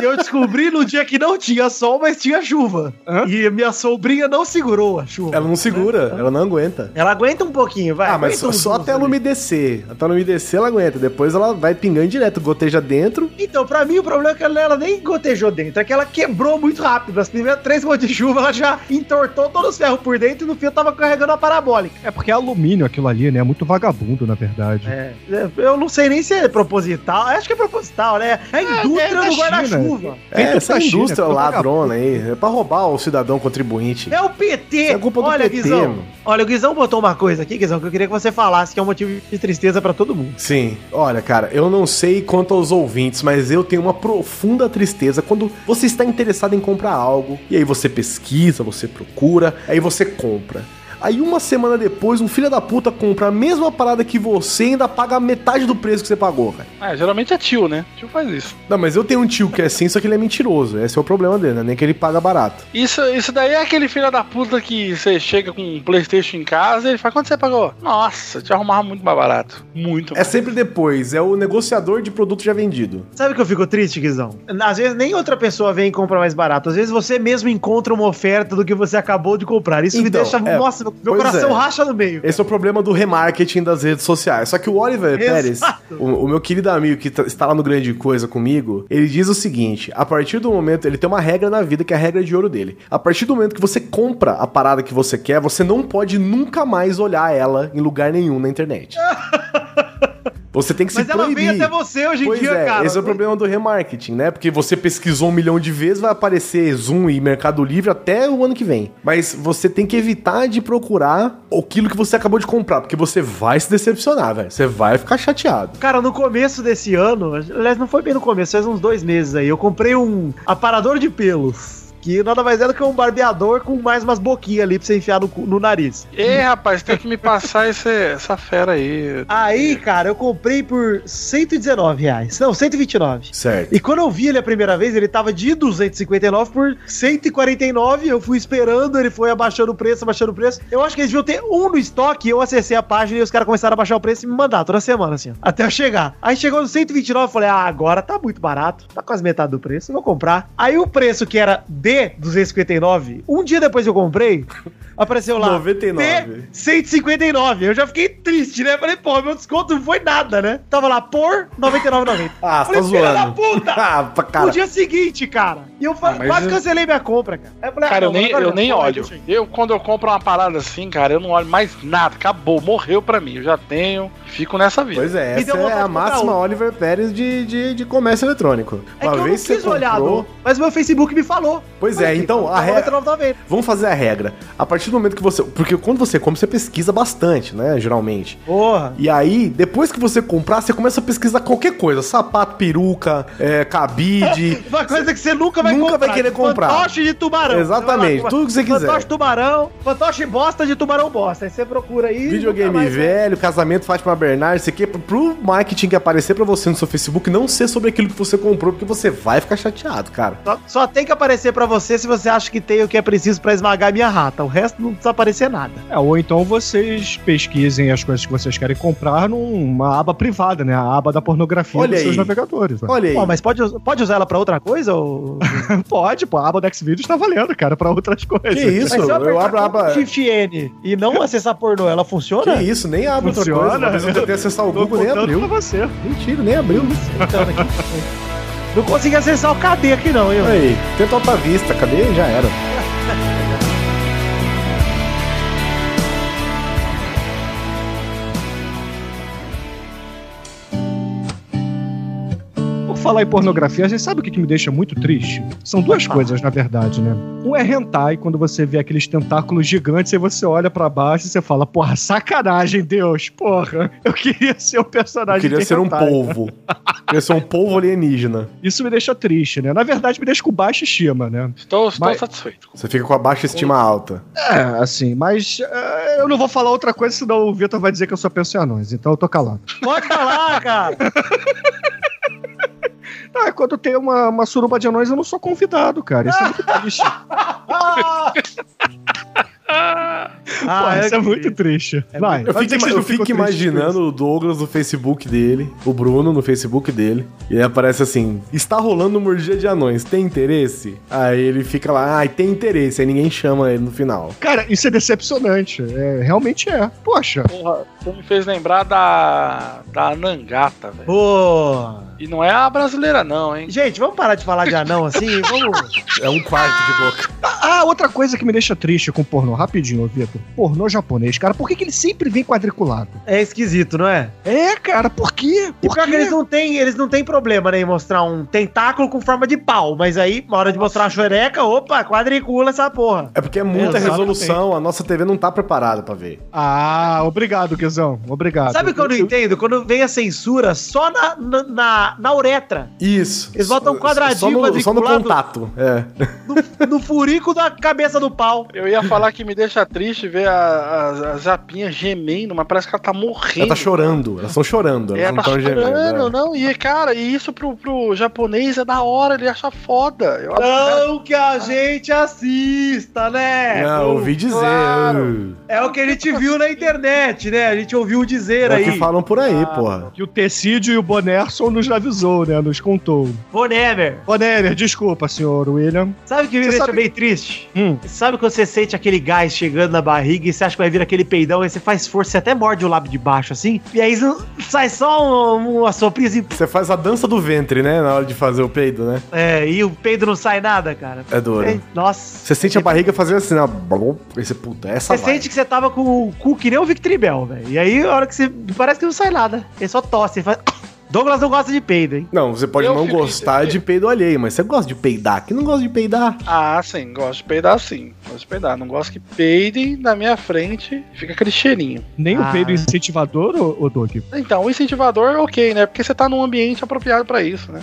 E eu descobri no dia que não tinha sol, mas tinha chuva. Hã? E a minha sombrinha não segurou a chuva. Ela Ela, não segura, ela não aguenta. aguenta É. um pouquinho, vai. ah, mas aguenta só, uns só uns até ela ali. umedecer. Até ela umedecer, ela aguenta. Depois ela vai pingando direto, goteja dentro. Então, pra mim, o problema é que ela nem gotejou dentro, é que ela quebrou muito rápido. As primeiras três gotas de chuva, ela já entortou todos os ferros por dentro e no fim eu tava carregando a parabólica. É porque é alumínio aquilo ali, né? É muito vagabundo, na verdade. É, eu não sei nem se é proposital. Acho que é proposital, né? A indústria da do China, chuva. É, Tem tudo essa da China, indústria tudo ladrona aí. É pra roubar o cidadão contribuinte. É o PT! é culpa do Olha, PT, Guizão. mano. Olha, o Guizão botou uma coisa aqui, Guizão, que eu queria que você falasse, que é um motivo de tristeza pra todo mundo. Sim. Olha, cara, eu não sei quanto aos ouvintes, mas eu tenho uma profunda tristeza quando você está interessado em comprar algo, e aí você pesquisa, você procura, aí você compra. Aí uma semana depois, um filho da puta compra a mesma parada que você e ainda paga metade do preço que você pagou, cara. É, geralmente é tio, né? Tio faz isso. Não, mas eu tenho um tio que é assim, só que ele é mentiroso. Esse é o problema dele, né? Nem que ele paga barato. Isso, isso daí é aquele filho da puta que você chega com um Playstation em casa e ele fala, quanto você pagou? Nossa, te arrumava muito mais barato. Muito É sempre depois, é o negociador de produto já vendido. Sabe que eu fico triste, Guizão? Às vezes nem outra pessoa vem e compra mais barato. Às vezes você mesmo encontra uma oferta do que você acabou de comprar. Isso me Então, deixa. é, nossa, meu pois coração é. racha no meio. Esse é o problema do remarketing das redes sociais. Só que o Oliver Exato. Pérez, o, o meu querido amigo que tá- está lá no Grande Coisa comigo, ele diz o seguinte: a partir do momento, ele tem uma regra na vida que é a regra de ouro dele. A partir do momento que você compra a parada que você quer, você não pode nunca mais olhar ela em lugar nenhum na internet. Você tem que se Mas ela proibir. vem até você hoje em Pois dia, é, cara. Esse é o problema do remarketing, né? Porque você pesquisou um milhão de vezes, vai aparecer Zoom e Mercado Livre até o ano que vem. Mas você tem que evitar de procurar aquilo que você acabou de comprar, porque você vai se decepcionar, velho. Você vai ficar chateado. Cara, no começo desse ano, aliás, não foi bem no começo, faz uns dois meses aí, eu comprei um aparador de pelos. Que nada mais é do que um barbeador com mais umas boquinhas ali pra você enfiar no, cu- no nariz. Ei, rapaz, tem que me passar esse, essa fera aí. Aí, cara, eu comprei por 119 reais. Não, 129. Certo. E quando eu vi ele a primeira vez, ele tava de 259 por 149. Eu fui esperando, ele foi abaixando o preço, abaixando o preço. Eu acho que eles deviam ter um no estoque. Eu acessei a página e os caras começaram a baixar o preço e me mandar toda semana, assim, ó, até eu chegar. Aí chegou no 129, eu falei, ah, agora tá muito barato, tá quase metade do preço, eu vou comprar. Aí o preço que era de 259, um dia depois que eu comprei, apareceu lá. 99. D 159. Eu já fiquei triste, né? Falei, pô, meu desconto não foi nada, né? Tava lá por 99,90. Ah, você Falei, tá filha da zoando. puta! ah, pra No cara. dia seguinte, cara. E eu fa- Ah, mas quase eu- cancelei minha compra, cara. Aí falei, ah, Cara, eu não, nem, agora eu não, nem agora olho. deixa aí. Eu, quando eu compro uma parada assim, cara, eu não olho mais nada. Acabou, morreu pra mim. Eu já tenho, fico nessa vida. Pois é, Me essa deu vontade é de a comprar máxima um. Oliver Pérez de, de, de comércio eletrônico. É que eu não quis olhar, não, mas meu Facebook me falou. Pois Olha é, aqui, então, a tá re- 99,90. Vamos fazer a regra. A partir do momento que você. Porque quando você compra, você pesquisa bastante, né? Geralmente. Porra. E aí, depois que você comprar, você começa a pesquisar qualquer coisa: sapato, peruca, é, cabide. Uma coisa que você nunca vai Nunca vai querer tipo, comprar. Fantoche de tubarão. Exatamente, Você vai lá, tudo que você Fantoche quiser. tubarão, fantoche bosta de tubarão bosta. Aí você procura aí. nunca Videogame mais vai- velho, casamento Fátima Bernardes, isso aqui, pro- pro marketing que aparecer pra você no seu Facebook não ser sobre aquilo que você comprou, porque você vai ficar chateado, cara. Só, só tem que aparecer pra você se você acha que tem o que é preciso pra esmagar minha rata. O resto não precisa aparecer nada. É, ou então vocês pesquisem as coisas que vocês querem comprar numa aba privada, né? A aba da pornografia Olha dos seus aí. navegadores. né? Olha aí. Pô, mas pode, us- pode usar ela pra outra coisa? Ou... Pode, pô, a aba do Xvideos tá valendo, cara, pra outras coisas. Que isso? Mas se Eu abro a aba. é. Shift N e não acessar pornô, ela Que funciona? isso, nem abre outra Funciona? coisa. Uma vez eu tentei acessar o Tô Google, nem contando abriu. pra você. Mentira, nem abriu. Não consegui acessar o KD aqui não, eu. Aí, tenta alta vista, cadê? Já era. Por falar em pornografia, a gente sabe o que, que me deixa muito triste? São duas coisas, na verdade, né? Um é hentai, quando você vê aqueles tentáculos gigantes e você olha pra baixo e você fala, porra, sacanagem, Deus, porra, eu queria ser um personagem Eu queria de ser um hentai. polvo. Eu queria ser um polvo alienígena. Isso me deixa triste, né? Na verdade, me deixa com baixa estima, né? Estou, estou Mas- satisfeito. Você fica com a baixa estima alta. É, assim, mas eh, eu não vou falar outra coisa, senão o Vitor vai dizer que eu só penso em anões, então eu tô calado. Pode falar, cara. Ah, quando tem uma, uma suruba de anões, eu não sou convidado, cara. Isso é muito triste. Ah, Pô, isso é, que- muito triste. Vai, Eu fico, onde é que vocês eu fico não ficam tristes com isso? imaginando o Douglas no Facebook dele, o Bruno no Facebook dele, e aí aparece assim: está rolando uma orgia de anões, tem interesse? Aí ele fica lá, ai, tem interesse, aí ninguém chama ele no final. Cara, isso é decepcionante. É, realmente é. Poxa. Porra, você me fez lembrar da. da Nangata, velho. Pô. E não é a brasileira, não, hein? Gente, vamos parar de falar de anão assim? Vamos. É um quarto de boca. Ah, outra coisa que me deixa triste com pornô, rapidinho, ô, Vitor. Pornô japonês, cara, por que, que ele sempre vem quadriculado? É esquisito, não é? É, cara, por quê? E Por pior que eles quê? não têm, eles não têm problema né, em mostrar um tentáculo com forma de pau, mas aí, na hora de mostrar a xoreca, opa, quadricula essa porra. É porque é muita Exatamente. resolução, a nossa TV não tá preparada pra ver. Ah, obrigado, Guizão. Obrigado. Sabe o que eu não entendo? Quando vem a censura só na, na, na, na uretra, Isso. Eles botam um só quadradinho no, só no quadriculado. contato. É. no, no furico da cabeça do pau. Eu ia falar que me deixa triste ver a, a, a Japinha gemendo, mas parece que ela tá morrendo. Ela tá chorando, elas estão chorando. Elas É, não tá estão chorando, gemendo. é. não. E, cara, e isso pro, pro japonês é da hora, ele acha foda. Eu acho que- Não que a gente assista, né? é. Não, ouvi dizer. claro. É o que a gente viu na internet, né? A gente ouviu É, dizer é o que aí. falam por aí, porra. Que o Tecídio e o Bonerson nos avisou, né? Nos contou. Bonever, Bonerer, desculpa, senhor William. sabe o que me Você deixa sabe- meio triste? Hum. Sabe quando você sente aquele gás chegando na barriga e você acha que vai vir aquele peidão, aí você faz força, você até morde o lábio de baixo assim, e aí zo- sai só um- uma soprinha assim, Você faz a dança do ventre, né? Na hora de fazer o peido, né? é, e o peido não sai nada, cara. É duro. É, Nossa. Você sente a barriga fazendo assim, né? Blum, Esse puta, essa Você vai. sente que você tava com o cu que nem o Victribel, velho. E aí, a hora que você. Parece que não sai nada. Ele só tosse. Ele faz... Douglas não gosta de peido, hein? Não, você pode Eu não fiquei- gostar de peido alheio, mas você gosta de peidar. Quem não gosta de peidar? Ah, sim, gosto de peidar sim. Gosto de peidar. Não gosto que peidem na minha frente e fica aquele cheirinho. Nem Ah. o peido incentivador, ô, ô Doug? Então, o incentivador, ok, né? Porque você tá num ambiente apropriado pra isso, né?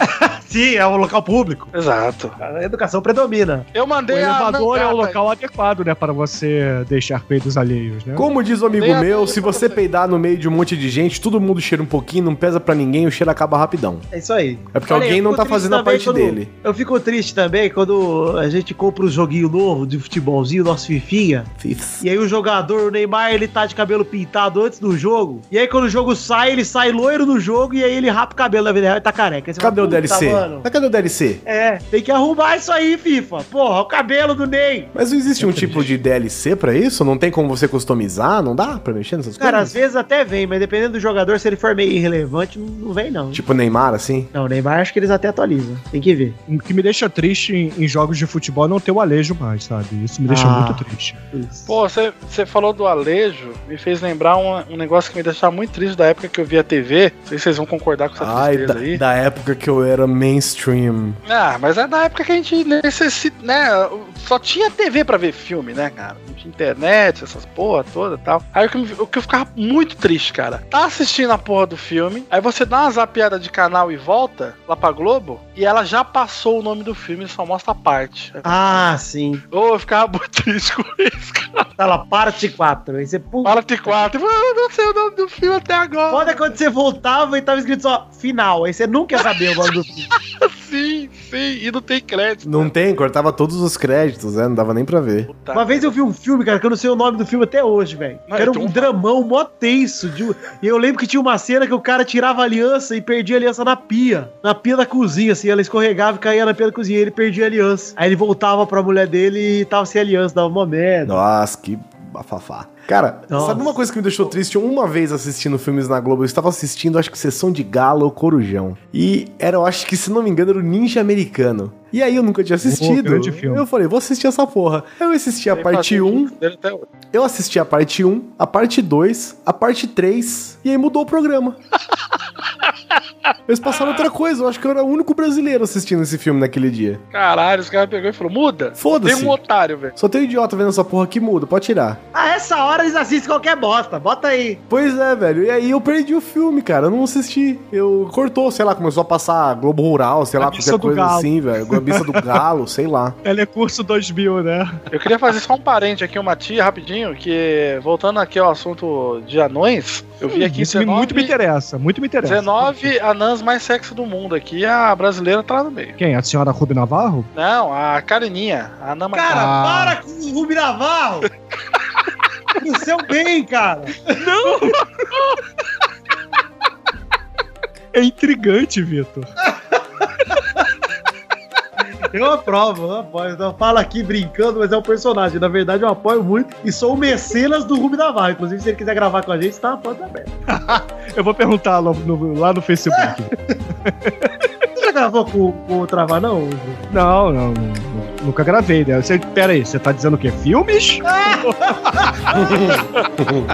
Sim, é um local público. Exato. A educação predomina. Eu O mandei elevador a. é o local adequado, né? Para você deixar peidos alheios, né? Como diz o amigo Nem a- meu, se você peidar no meio de um monte de gente, todo mundo cheira um pouquinho, não pesa pra ninguém, o cheiro acaba rapidão. É isso aí. É porque Olha, alguém eu não fico tá triste fazendo a também parte quando- dele. Eu fico triste também quando a gente compra um joguinho novo de futebolzinho, nosso Fifinha, Fifs. e aí o jogador, o Neymar, ele tá de cabelo pintado antes do jogo, e aí quando o jogo sai, ele sai loiro do jogo, e aí ele rapa o cabelo na vida real e tá careca. Aí você Cadê o fala, "Puta, DLC? mano." Mas cadê o DLC? É, tem que arrumar isso aí, FIFA. Porra, o cabelo do Ney. Mas não existe um tipo de DLC pra isso? Não tem como você customizar? Não dá pra mexer nessas Cara, às coisas? vezes até vem, mas dependendo do jogador, se ele for meio irrelevante, não, não vem não. Tipo Neymar, assim? Não, o Neymar acho que eles até atualizam. Tem que ver. O que me deixa triste em, em jogos de futebol é não ter o Alejo mais, sabe? Isso me deixa Ah. muito triste. Pô, você você falou do Alejo, me fez lembrar um, um negócio que me deixava muito triste da época que eu via TV. Não sei se vocês vão concordar com essa Ai, tristeza da, aí. da época que eu era mainstream. Ah, mas é da época que a gente necessita, né? Só tinha TV pra ver filme, né, cara? Não tinha internet, essas porra toda e tal. Aí o que, me- o que eu ficava muito triste, cara. Tá assistindo a porra do filme, aí você dá uma zapiada de canal e volta lá pra Globo, e ela já passou o nome do filme, só mostra a parte. Ah, sim. Ô, eu ficava muito triste com isso, cara. Tá lá, parte 4. Aí você pula. Fala T4, eu "Ah, não sei o nome do filme até agora. Foda quando você voltava e tava escrito só final. Aí você nunca ia saber o nome do filme. Sim, sim, e não tem crédito. Não tem, cortava todos os créditos, né? Não dava nem pra ver. Puta. Uma vez eu vi um filme, cara, que eu não sei o nome do filme até hoje, velho. Mas Era então- um dramão mó tenso. de um- E eu lembro que tinha uma cena que o cara tirava a aliança e perdia a aliança na pia. Na pia da cozinha, assim. Ela escorregava e caía na pia da cozinha. E ele perdia a aliança. Aí ele voltava pra mulher dele e tava sem aliança, dava uma merda. Nossa, que bafafá. Cara, Nossa. sabe uma coisa que me deixou triste? Uma vez assistindo filmes na Globo, eu estava assistindo, acho que Sessão de Gala ou Corujão. E era, eu acho que, se não me engano, era o Ninja Americano. E aí eu nunca tinha assistido. grande filme. eu falei, vou assistir essa porra. Eu assisti a Tem parte fazer 1, dele até hoje. eu assisti a parte 1, a parte 2, a parte 3, e aí mudou o programa. Eles passaram outra coisa, eu acho que eu era o único brasileiro assistindo esse filme naquele dia. Caralho, os caras pegou e falou: muda. Foda-se. Tem um otário, velho. Só tem um idiota vendo essa porra que muda, pode tirar. A essa hora eles assistem qualquer bosta. Bota aí. Pois é, velho. E aí eu perdi o filme, cara. Eu não assisti. Eu cortou, sei lá, começou a passar Globo Rural, sei lá, Globista qualquer do coisa Galo. assim, velho. Globista do Galo, sei lá. Telecurso 2000, né? Eu queria fazer só um parente aqui, uma tia, rapidinho, que voltando aqui ao assunto de anões, eu vi aqui Isso me- muito me interessa, muito me interessa. 19 anãs mais sexy do mundo aqui, a brasileira tá lá no meio. Quem? A senhora Rubi Navarro? Não, a Kareninha, a anã mais Cara, Ah. para com o Rubi Navarro. Pro seu bem, cara. É intrigante, Vitor. Eu aprovo, eu apoio. Eu falo aqui brincando, mas é um personagem. Na verdade, eu apoio muito e sou o mecenas do Rubi Navarro. Inclusive, se ele quiser gravar com a gente, tá a porta aberta. Eu vou perguntar lá no, lá no Facebook. Você gravou com, com o Travar, não? Hugo? Não, não, não, nunca gravei, né? Você, pera aí, você tá dizendo o quê? Filmes?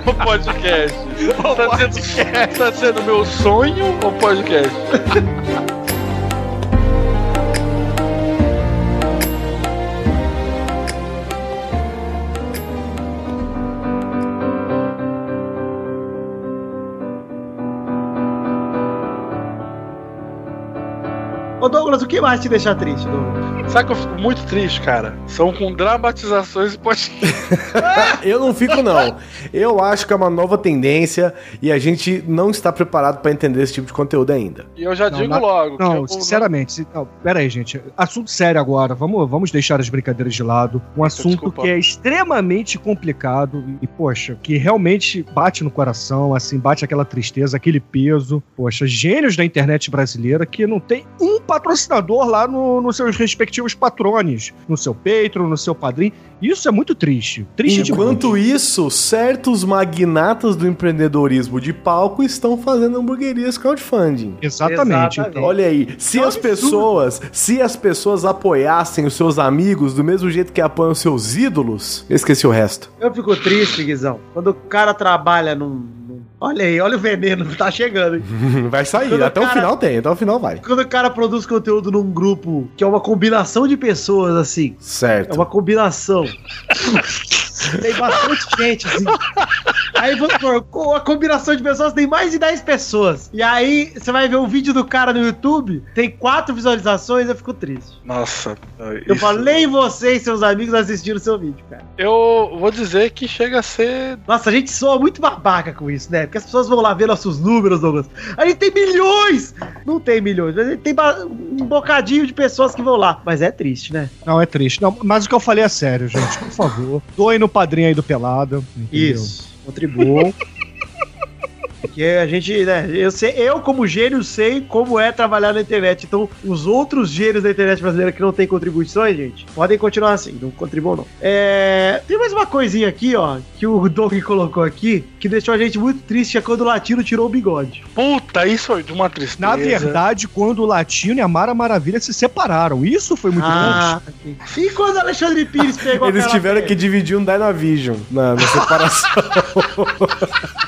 O podcast. Tá sendo, tá sendo meu sonho ou podcast? Ô, Douglas, o que mais te deixa triste, Douglas? Sabe que eu fico muito triste, cara? São com dramatizações e podcast. Eu não fico, não. Eu acho que é uma nova tendência e a gente não está preparado para entender esse tipo de conteúdo ainda. E eu já Não, digo na- logo. que Não, eu- sinceramente. se- Não, pera aí, gente. Assunto sério agora. Vamos, vamos deixar as brincadeiras de lado. Um assunto desculpa. que é extremamente complicado e, poxa, que realmente bate no coração, assim, bate aquela tristeza, aquele peso. Poxa, gênios da internet brasileira que não tem um patrocinador lá no- nos seus respectivos patrones. No seu Patreon, no seu padrinho. Isso é muito triste. Triste demais. Enquanto isso, certos magnatas do empreendedorismo de palco estão fazendo hamburguerias crowdfunding. Exatamente. Exatamente. Então, Olha aí, se É um as pessoas, se as pessoas apoiassem os seus amigos do mesmo jeito que apoiam os seus ídolos, eu esqueci o resto. Eu fico triste, Guizão, quando o cara trabalha num... num- Olha aí, olha o veneno que tá chegando, hein? Hum, Vai sair, Quando o até o cara- final tem, até o final vai. Quando o cara produz conteúdo num grupo que é uma combinação de pessoas, assim, É Certo. uma combinação. tem bastante gente, assim. Aí, vamos supor, co- a combinação de pessoas tem mais de 10 pessoas. E aí, você vai ver um vídeo do cara no YouTube, tem quatro visualizações, eu fico triste. Nossa. Eu isso- falei você e seus amigos assistiram o seu vídeo, cara. Eu vou dizer que chega a ser. Nossa, a gente soa muito babaca com isso, né? Porque as pessoas vão lá ver nossos números, Douglas. A gente tem milhões! Não tem milhões, mas a gente tem ba- um bocadinho de pessoas que vão lá. Mas é triste, né? Não, é triste. Não, mas o que eu falei é sério, gente. Por favor. Doem no padrinho aí do Pelada. entendeu? Contribuam. Porque a gente, né? Eu, sei, eu, como gênio, sei como é trabalhar na internet. Então, os outros gênios da internet brasileira que não têm contribuições, gente, podem continuar assim, não contribuam, não. É, tem mais uma coisinha aqui, ó, que o Doug colocou aqui, que deixou a gente muito triste, é quando o latino tirou o bigode. Puta, isso é de uma tristeza. Na verdade, quando o Latino e a Mara Maravilha se separaram. Isso foi muito ah, e quando o Alexandre Pires pegou Eles aquela tiveram mulher? que dividir um Dynavision na, na separação.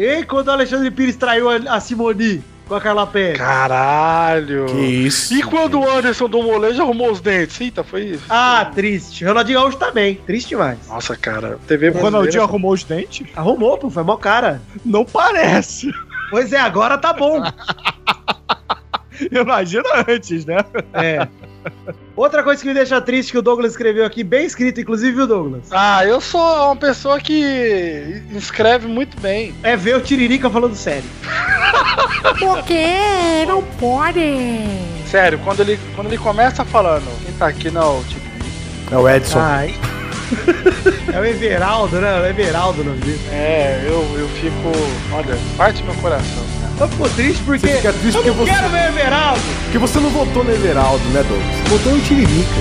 E quando o Alexandre Pires traiu a a Simoni com a Carla Pérez? Caralho. isso. E quando o Anderson do molejo arrumou os dentes? Eita, foi isso. Ah, triste. Ronaldinho Gaúcho também. Triste demais. Nossa, cara. TV bom. O Ronaldinho brasileira- arrumou os dentes? Arrumou, pô, foi mó cara. Não parece. Pois é, agora tá bom. Imagina antes, né? É. Outra coisa que me deixa triste que o Douglas escreveu aqui, bem escrito, inclusive, viu, Douglas? Ah, eu sou uma pessoa que escreve muito bem. É ver o Tiririca falando sério. Porque não podem. Sério, quando ele, quando ele começa falando, quem tá aqui não, tipo, É o Edson. Ai. É o Everaldo, né? É o Everaldo o nome dele. é, eu, eu fico. Olha, parte meu coração. né? Eu fico triste porque. Você fica triste eu porque não você- quero ver o Everaldo! Porque você não votou no Everaldo, né, Douglas? Votou no Tiririca.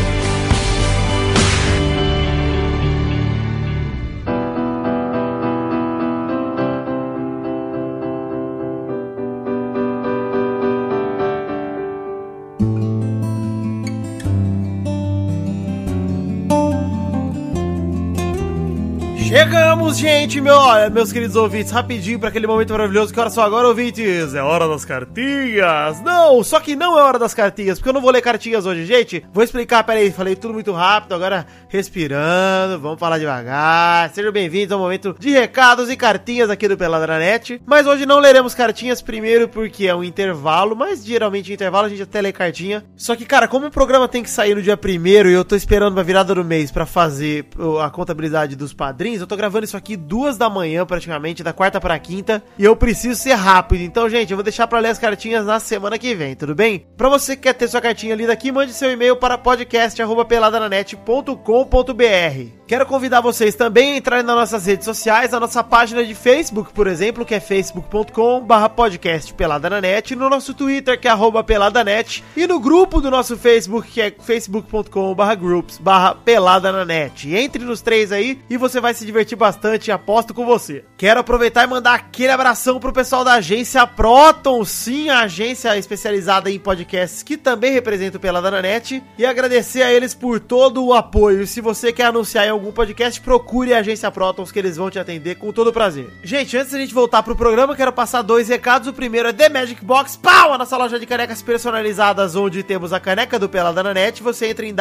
Chegamos, gente, meu, olha, meus queridos ouvintes, rapidinho pra aquele momento maravilhoso que hora só agora, ouvintes, é hora das cartinhas. Não, só que não é hora das cartinhas, porque eu não vou ler cartinhas hoje, gente. Vou explicar, peraí, falei tudo muito rápido, agora respirando, vamos falar devagar. Sejam bem-vindos ao momento de recados e cartinhas aqui do Peladranet. Mas hoje não leremos cartinhas primeiro porque é um intervalo, mas geralmente em intervalo a gente até lê cartinha. Só que, cara, como o programa tem que sair no dia primeiro e eu tô esperando pra virada do mês pra fazer uh, a contabilidade dos padrinhos, eu tô gravando isso aqui duas da manhã praticamente, da quarta pra quinta, e eu preciso ser rápido. Então, gente, eu vou deixar pra ler as cartinhas na semana que vem, tudo bem? Pra você que quer ter sua cartinha lida aqui, mande seu e-mail para podcast@peladananet.com.br. Quero convidar vocês também a entrarem nas nossas redes sociais, na nossa página de Facebook, por exemplo, que é facebook.com/barra podcast peladananet, no nosso Twitter, que é arroba peladanet, e no grupo do nosso Facebook, que é facebook.com/groups/peladananet. Entre nos três aí e você vai se divertir diverti bastante, aposto com você. Quero aproveitar e mandar aquele abração pro pessoal da agência Proton, sim, a agência especializada em podcasts que também representa o Pelada na Net, e agradecer a eles por todo o apoio. E Se você quer anunciar em algum podcast, procure a agência Protons que eles vão te atender com todo prazer. Gente, antes da gente voltar pro programa, quero passar dois recados. O primeiro é The Magic Box, pau, a nossa loja de canecas personalizadas, onde temos a caneca do Pelada na Net. Você entra em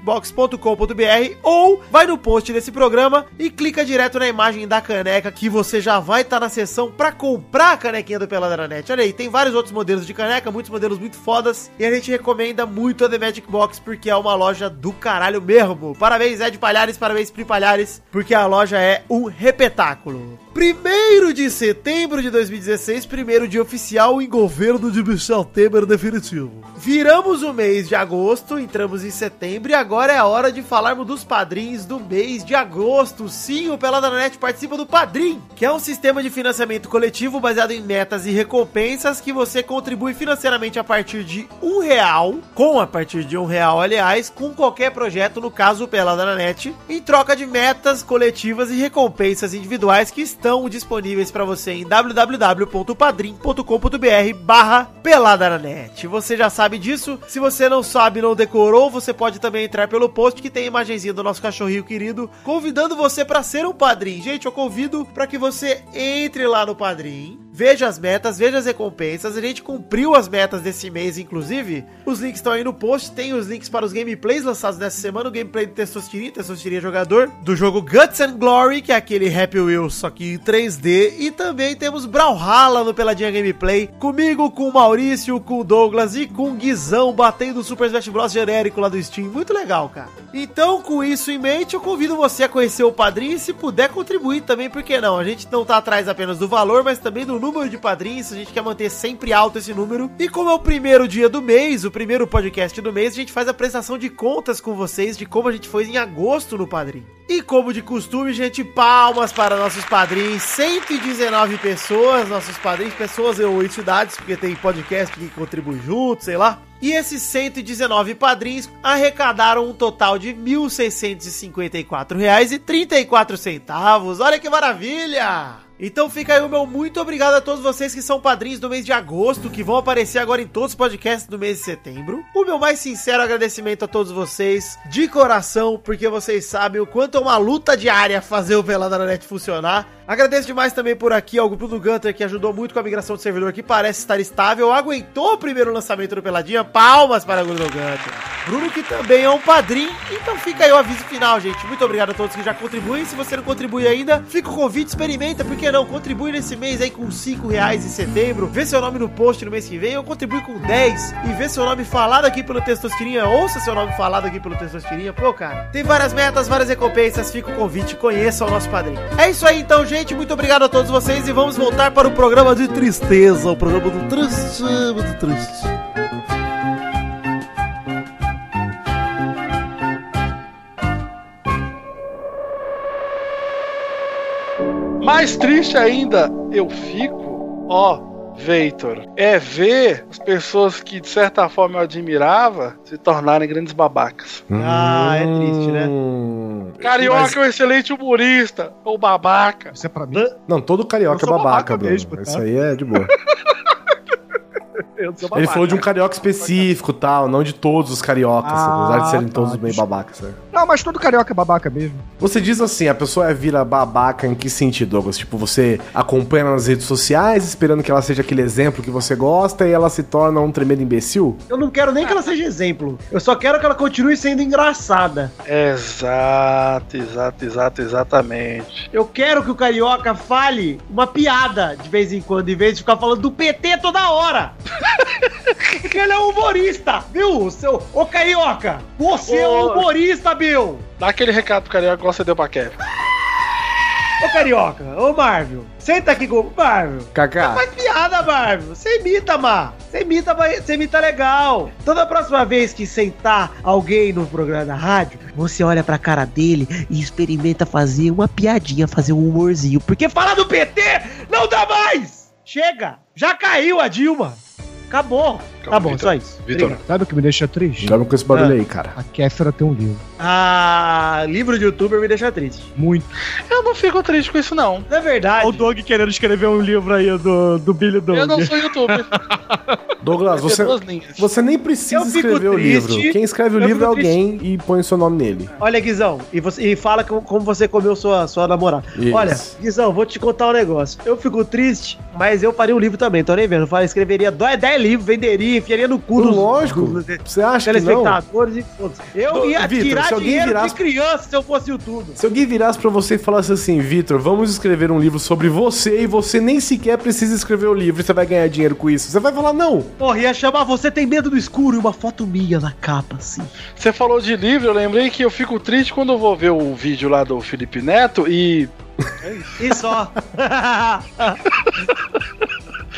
www.themagicbox.com.br ou vai no post desse programa e clica direto na imagem da caneca que você já vai estar na seção pra comprar a canequinha do Pelada na Net. Olha aí, tem vários outros modelos de caneca, muitos modelos muito fodas e a gente recomenda muito a The Magic Box porque é uma loja do caralho mesmo. Parabéns Ed Palhares, parabéns Pri Palhares, porque a loja é um repetáculo. Primeiro de setembro de 2016, primeiro dia oficial em governo de Michel Temer definitivo. Viramos o mês de agosto, entramos em setembro e agora é a hora de falarmos dos padrinhos do mês de agosto. Sim, o Pelada na Net participa do Padrim, que é um sistema de financiamento coletivo baseado em metas e recompensas que você contribui financeiramente a partir de um real, com a partir de um real, aliás, com qualquer projeto, no caso o Pelada na Net, em troca de metas coletivas e recompensas individuais que estão disponíveis para você em www.padrim.com.br barra Pelada na Net. Você já sabe disso. Se você não sabe, não decorou, você pode também entrar pelo post que tem a imagenzinha do nosso cachorrinho querido, convidando você para ser um padrinho. Gente, eu convido para que você entre lá no padrinho. Veja as metas, veja as recompensas. A gente cumpriu as metas desse mês, inclusive. Os links estão aí no post. Tem os links para os gameplays lançados nessa semana. O gameplay do Testosterina, Testosterina jogador. Do jogo Guts and Glory, que é aquele Happy Wheels, só que em 3D. E também temos Brawlhalla no Peladinha Gameplay. Comigo, com o Maurício, com o Douglas e com o Guizão batendo o Super Smash Bros. genérico lá do Steam. Muito legal, cara. Então, com isso em mente, eu convido você a conhecer o padrinho e se puder contribuir também, por que não? A gente não tá atrás apenas do valor, mas também do número de padrinhos, a gente quer manter sempre alto esse número. E como é o primeiro dia do mês, o primeiro podcast do mês, a gente faz a prestação de contas com vocês de como a gente foi em agosto no padrinho. E como de costume, gente, palmas para nossos padrinhos, 119 pessoas, nossos padrinhos, pessoas ou entidades, porque tem podcast que contribui junto, sei lá. E esses 119 padrinhos arrecadaram um total de R$ 1.654,34. Olha que maravilha! Então fica aí o meu muito obrigado a todos vocês que são padrinhos do mês de agosto, que vão aparecer agora em todos os podcasts do mês de setembro. O meu mais sincero agradecimento a todos vocês, de coração, porque vocês sabem o quanto é uma luta diária fazer o Pelada na Net funcionar. Agradeço demais também por aqui ao grupo do Gunter, que ajudou muito com a migração do servidor, que parece estar estável, aguentou o primeiro lançamento do Peladinha. Palmas para o Bruno Gunter. Bruno, que também é um padrinho, então fica aí o aviso final, gente. Muito obrigado a todos que já contribuem. Se você não contribui ainda, fica o convite, experimenta, porque não, contribui nesse mês aí com R$ reais em setembro, vê seu nome no post no mês que vem, ou contribui com 10 e vê seu nome falado aqui pelo Testosterinha, ouça seu nome falado aqui pelo Testosterinha, pô, cara. Tem várias metas, várias recompensas, fica o convite, conheça o nosso padrinho. É isso aí então, gente, muito obrigado a todos vocês e vamos voltar para o programa de tristeza, o programa do triste, do triste. Mais triste ainda, eu fico, ó, Veitor, é ver as pessoas que de certa forma eu admirava se tornarem grandes babacas. Ah, é triste, né? Hum. Carioca é um excelente humorista, ou babaca. Isso é pra mim. Não, todo carioca Eu é sou babaca, babaca Bruno. mesmo, tá? Isso aí é de boa. Eu sou Ele babaca. né? falou de um carioca específico tal, não de todos os cariocas, Ah, apesar de serem todos tá, meio babacas, né? Não, mas todo carioca é babaca mesmo. Você diz assim, a pessoa vira babaca em que sentido, Douglas? Tipo, você acompanha nas redes sociais, esperando que ela seja aquele exemplo que você gosta e ela se torna um tremendo imbecil? Eu não quero nem que ela seja exemplo, eu só quero que ela continue sendo engraçada. Exato, exato, exato, exatamente. Eu quero que o carioca fale uma piada de vez em quando, em vez de ficar falando do PT toda hora. Porque ele é humorista, viu? Seu, ô carioca, você é um Ô. humorista, Bill. Dá aquele recado pro carioca igual você deu pra Kevin. Ô carioca, ô Marvel, senta aqui com Marvel. Kaká, Faz piada, Marvel. Você imita, Mar. Você imita, vai- você imita legal. Toda próxima vez que sentar alguém no programa da rádio, você olha pra cara dele e experimenta fazer uma piadinha, fazer um humorzinho. Porque falar do PT não dá mais! Chega! Já caiu a Dilma. Acabou. Tá bom, só isso. Vitor, Sabe o que me deixa triste? Dorme com esse barulho aí, cara. A Kéfera tem um livro. Ah, livro de youtuber me deixa triste. Muito. Eu não fico triste com isso, não. Na verdade. Olha o Doug querendo escrever um livro aí do, do Billy Doug. Eu não sou youtuber. Douglas, Você... né? Ah, você, duas linhas. você nem precisa Ah. Eu fico escrever o triste. livro. Quem escreve o Eu livro é fico triste. alguém e põe o seu nome nele. Olha, Guizão, e, você, e fala com- como você comeu sua, sua namorada. Isso. Olha, Guizão, vou te contar um negócio. Eu fico triste, mas eu faria um livro também, tô nem vendo. Eu faria- escreveria dó- 10 livros, venderia, enfiaria no cu dos, Então, Lógico. dos- dos Você acha que não? telespectadores e todos. Eu Ô, ia Vitor, se tirar alguém dinheiro virasse- de criança se eu fosse youtuber. Se alguém virasse pra você e falasse assim, Vitor, vamos escrever um livro sobre você e você nem sequer precisa escrever o livro e você vai ganhar dinheiro com isso, você vai falar não. Porra, ia chamar você tem medo do escuro e uma foto minha na capa, assim. Você falou de livro, eu lembrei que eu fico triste quando eu vou ver o vídeo lá do Felipe Neto e. E só.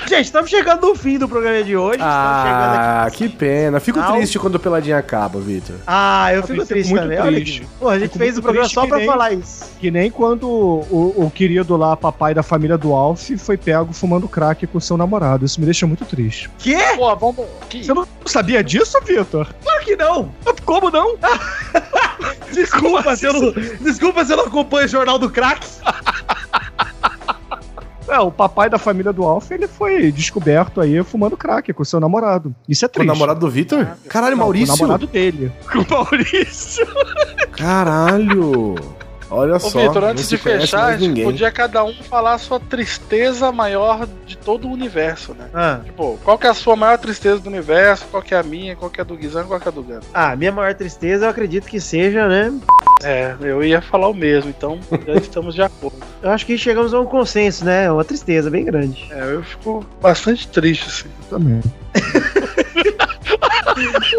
Gente, estamos chegando no fim do programa de hoje. estamos chegando aqui. Ah, que pena. Fico Ao- triste quando o peladinha acaba, Vitor. Ah, eu Eu fico é fico triste muito também. Olha triste. aqui. Pô, a gente Fico fez muito o programa triste só que pra nem- falar isso. Que nem quando o, o querido lá, papai da família do Alf, foi pego fumando crack com seu namorado. Isso me deixa muito triste. Quê? Pô, vamos. Que... Você não sabia disso, Vitor? Claro que não! Como não? assim? Desculpa se eu não, desculpa se eu não acompanho o Jornal do Crack. É, o papai da família do Alf, ele foi descoberto aí fumando crack com seu namorado. Isso é O triste. namorado do Vitor? Caralho, Não, com Maurício. O namorado dele. Com o Maurício. Caralho. Olha Ô, só. Vitor, não antes se de conhece fechar, mais a gente ninguém. podia cada um falar a sua tristeza maior de todo o universo, né? Ah, Tipo, qual que é a sua maior tristeza do universo? Qual que é a minha? Qual que é a do Guizão? Qual que é a do Gano? ah, minha maior tristeza eu acredito que seja, né? É, eu ia falar o mesmo, então já estamos de acordo. Eu acho que chegamos a um consenso, né? Uma tristeza bem grande. É, eu fico bastante triste, assim. Também.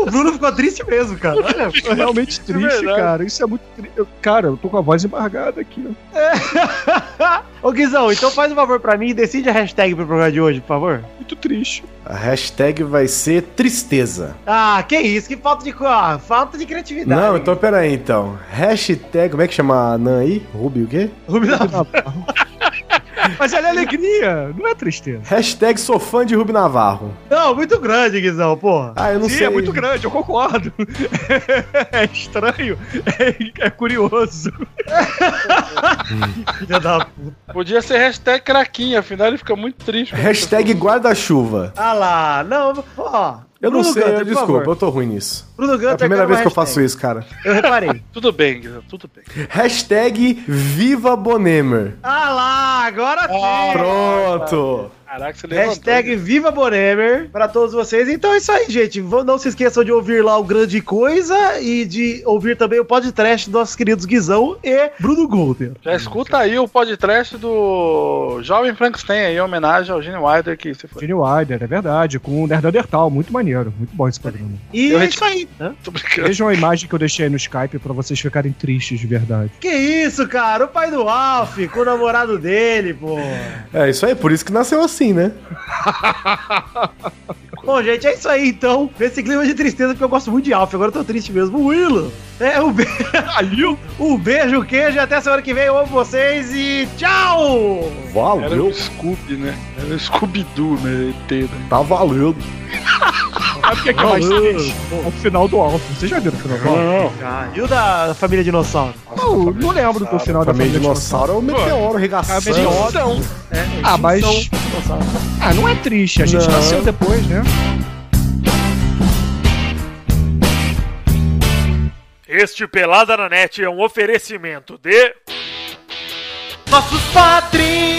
O Bruno ficou triste mesmo, cara. Olha, É realmente triste, verdade. cara. Isso é muito triste. Cara, eu tô com a voz embargada aqui. ó. Ô Guizão, então faz um favor pra mim e decide a hashtag pro programa de hoje, por favor. Muito triste. A hashtag vai ser tristeza. Ah, que isso, que falta de. co- Ah, falta de criatividade. Não, então peraí, então. Hashtag, como é que chama a Nan aí? Ruby o quê? Rubi da- Mas ela é alegria, não é tristeza. Hashtag sou fã de Ruby Navarro. Não, muito grande, Guizão, porra. Ah, eu não Sim, sei. é muito grande, eu concordo. É estranho, é, é curioso. Filha da puta. Podia ser hashtag craquinha, afinal ele fica muito triste. Hashtag guarda-chuva. Ah lá, não, ó. Eu não sei, Gunter, eu- por desculpa, favor. eu tô ruim nisso. Bruno Gunter É a primeira quer vez uma que eu um hashtag. faço isso, cara. Eu reparei. Tudo bem, Guizão, tudo bem. Hashtag Viva Bonemer. Ah lá, agora sim. Pronto. Caraca, você levantou. Hashtag Viva Boremer né? pra todos vocês. Então é isso aí, gente. Vão- Não se esqueçam de ouvir lá o Grande Coisa e de ouvir também o podcast dos nossos queridos Guizão e Bruno Golden. Já escuta aí o podcast do Jovem Frankenstein aí, em homenagem ao Gene Wilder que se foi. Gene Wilder, é verdade, com o Nerd Undertal, muito maneiro, muito bom esse programa. E Eu é isso retiro. aí. Hã? Tô brincando. Vejam a imagem que eu deixei aí no Skype pra vocês ficarem tristes de verdade. Que isso, cara? O pai do Alf com o namorado dele, pô. É isso aí, por isso que nasceu assim, né? Bom, gente, é isso aí então. Esse clima de tristeza, porque eu gosto muito de Alf, agora eu tô triste mesmo. Willow! É, um beijo. Um beijo, queijo, e até semana que vem. Eu amo vocês e tchau! Era Valeu, o Scooby, né? Era o Scooby-Doo, né? ET, né? tá valendo. Sabe o que é, que é mais triste? É o final do Alf. Vocês já viram o final do Alf? Ah, e o da família dinossauro? Não, não lembro do final da Família família dinossauro dinossauro. é o meteoro É regaçando. meteoro. Então, Ah, mas. Ah, não é triste, a gente nasceu depois, né? Este Pelada na Net é um oferecimento de. Nossos patrins!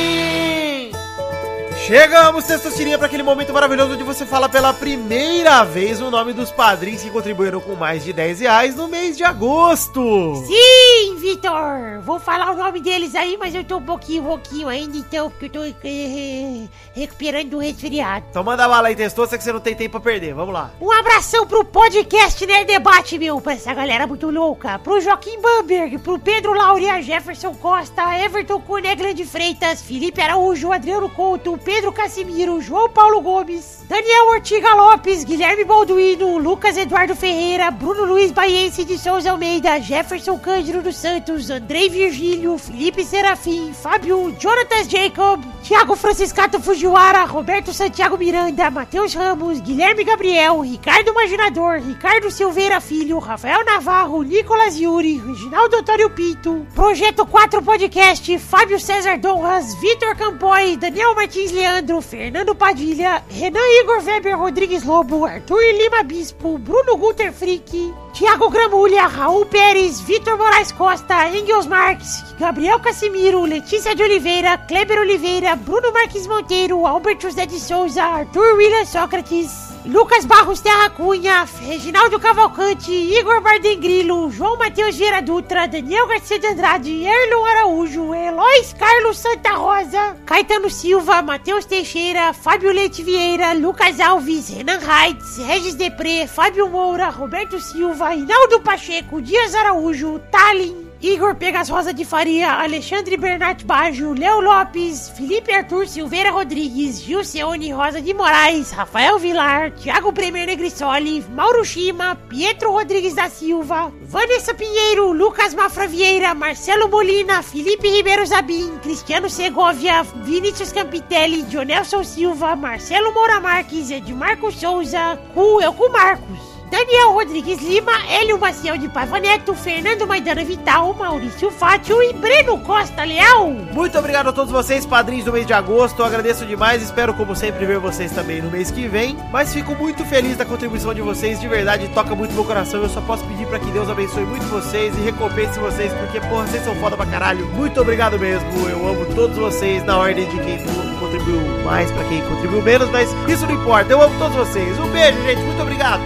Chegamos, sexta-tirinha, para aquele momento maravilhoso onde você fala pela primeira vez o nome dos padrinhos que contribuíram com mais de 10 reais no mês de agosto. Sim, Vitor! Vou falar o nome deles aí, mas eu tô um pouquinho rouquinho ainda, então, porque eu tô eh, eh, recuperando do resfriado. Então manda bala aí, testou, que você não tem tempo pra perder. Vamos lá. Um abração pro podcast Nerd Debate, meu, pra essa galera muito louca. Pro Joaquim Bamberg, pro Pedro Lauria, Jefferson Costa, Everton Cunha Grande Freitas, Felipe Araújo, Adriano Couto, Pedro Pedro Casimiro, João Paulo Gomes, Daniel Ortiga Lopes, Guilherme Balduino, Lucas Eduardo Ferreira, Bruno Luiz Baiense de Souza Almeida, Jefferson Cândido dos Santos, Andrei Virgílio, Felipe Serafim, Fábio, Jonatas Jacob, Thiago Franciscato Fujiwara, Roberto Santiago Miranda, Matheus Ramos, Guilherme Gabriel, Ricardo Imaginador, Ricardo Silveira Filho, Rafael Navarro, Nicolas Yuri, Reginaldo Antônio Pinto, Projeto 4 Podcast, Fábio César Donras, Vitor Campoy, Daniel Martins Leandro, Fernando Padilha, Renan Igor Weber Rodrigues Lobo, Arthur Lima Bispo, Bruno Guter Frick, Tiago Gramulha, Raul Pérez, Vitor Moraes Costa, Engels Marques, Gabriel Casimiro, Letícia de Oliveira, Kleber Oliveira, Bruno Marques Monteiro, Albert José de Souza, Arthur William Sócrates, Lucas Barros Terra Cunha, Reginaldo Cavalcante, Igor Bardem Grilo, João Matheus Vieira Dutra, Daniel Garcia de Andrade, Erlon Araújo, Elois Carlos Santa Rosa, Caetano Silva, Matheus Teixeira, Fábio Leite Vieira, Lucas Alves, Renan Reitz, Regis Depré, Fábio Moura, Roberto Silva, Hinaldo Pacheco, Dias Araújo, Tallin, Igor Pegas Rosa de Faria, Alexandre Bernat Baggio, Léo Lopes, Felipe Arthur Silveira Rodrigues, Gilceone Rosa de Moraes, Rafael Vilar, Thiago Bremer Negrissoli, Mauro Shima, Pietro Rodrigues da Silva, Vanessa Pinheiro, Lucas Mafra Vieira, Marcelo Molina, Felipe Ribeiro Zabim, Cristiano Segovia, Vinícius Campitelli, Dionelson Silva, Marcelo Moura Marques, Edmarco Souza, Cu, eu com Marcos. Daniel Rodrigues Lima, Hélio Maciel de Paiva Neto, Fernando Maidana Vital, Maurício Fátio e Breno Costa Leão. Muito obrigado a todos vocês, padrinhos do mês de agosto. Eu agradeço demais. Espero, como sempre, ver vocês também no mês que vem. Mas fico muito feliz da contribuição de vocês. De verdade, toca muito meu coração. Eu só posso pedir pra que Deus abençoe muito vocês e recompense vocês, porque, porra, vocês são foda pra caralho. Muito obrigado mesmo. Eu amo todos vocês, na ordem de quem contribuiu mais pra quem contribuiu menos. Mas isso não importa. Eu amo todos vocês. Um beijo, gente. Muito obrigado.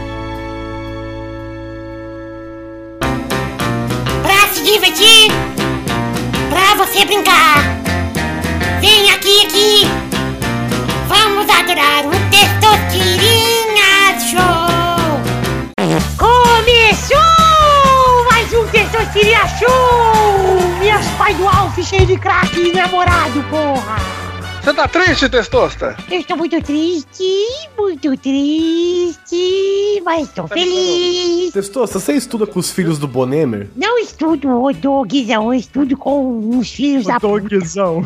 Pra se divertir, pra você brincar. Vem aqui, aqui. Vamos adorar o Testosterinha Show. Começou mais um Testosterinha Show. Meus pais do Alf cheio de craque e namorado, porra. Você tá triste, Testosta? Eu estou muito triste, muito triste, mas Tá estou feliz. Testosta, você estuda com os filhos do Bonemer? Não estudo, ô Dogzão, eu estudo com os filhos da Dogzão.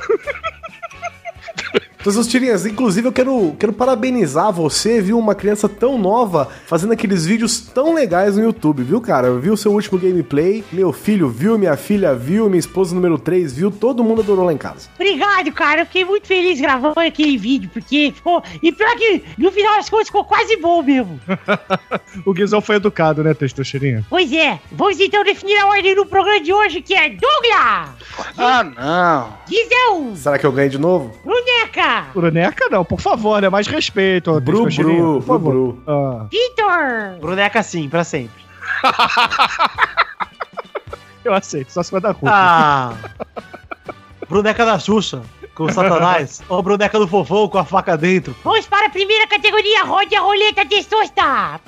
Teus tirinhas, inclusive eu quero, quero parabenizar você, viu? Uma criança tão nova fazendo aqueles vídeos tão legais no YouTube, viu, cara? Eu vi o seu último gameplay, meu filho viu, minha filha viu, minha esposa número 3 viu, todo mundo adorou lá em casa. Obrigado, cara. Eu fiquei muito feliz gravando aquele vídeo, porque ficou. E pior que no final das contas ficou quase bom mesmo. o Guizão foi educado, né, Testosterinha? Pois é, vamos então definir a ordem do programa de hoje, que é Douglas! Ah, não. Guizão! Será que eu ganho de novo? Bruneca! Bruneca não, por favor, né? Mais respeito. ó, Bru, Testosterinha, bru, por favor. bru, bru. Ah, Vitor! Bruneca sim, pra sempre. eu aceito, só se for da rua. Ah! Bruneca da Xuxa, com o Satanás. Ou Bruneca do Fofão com a faca dentro. Vamos para a primeira categoria, rode a roleta testosta!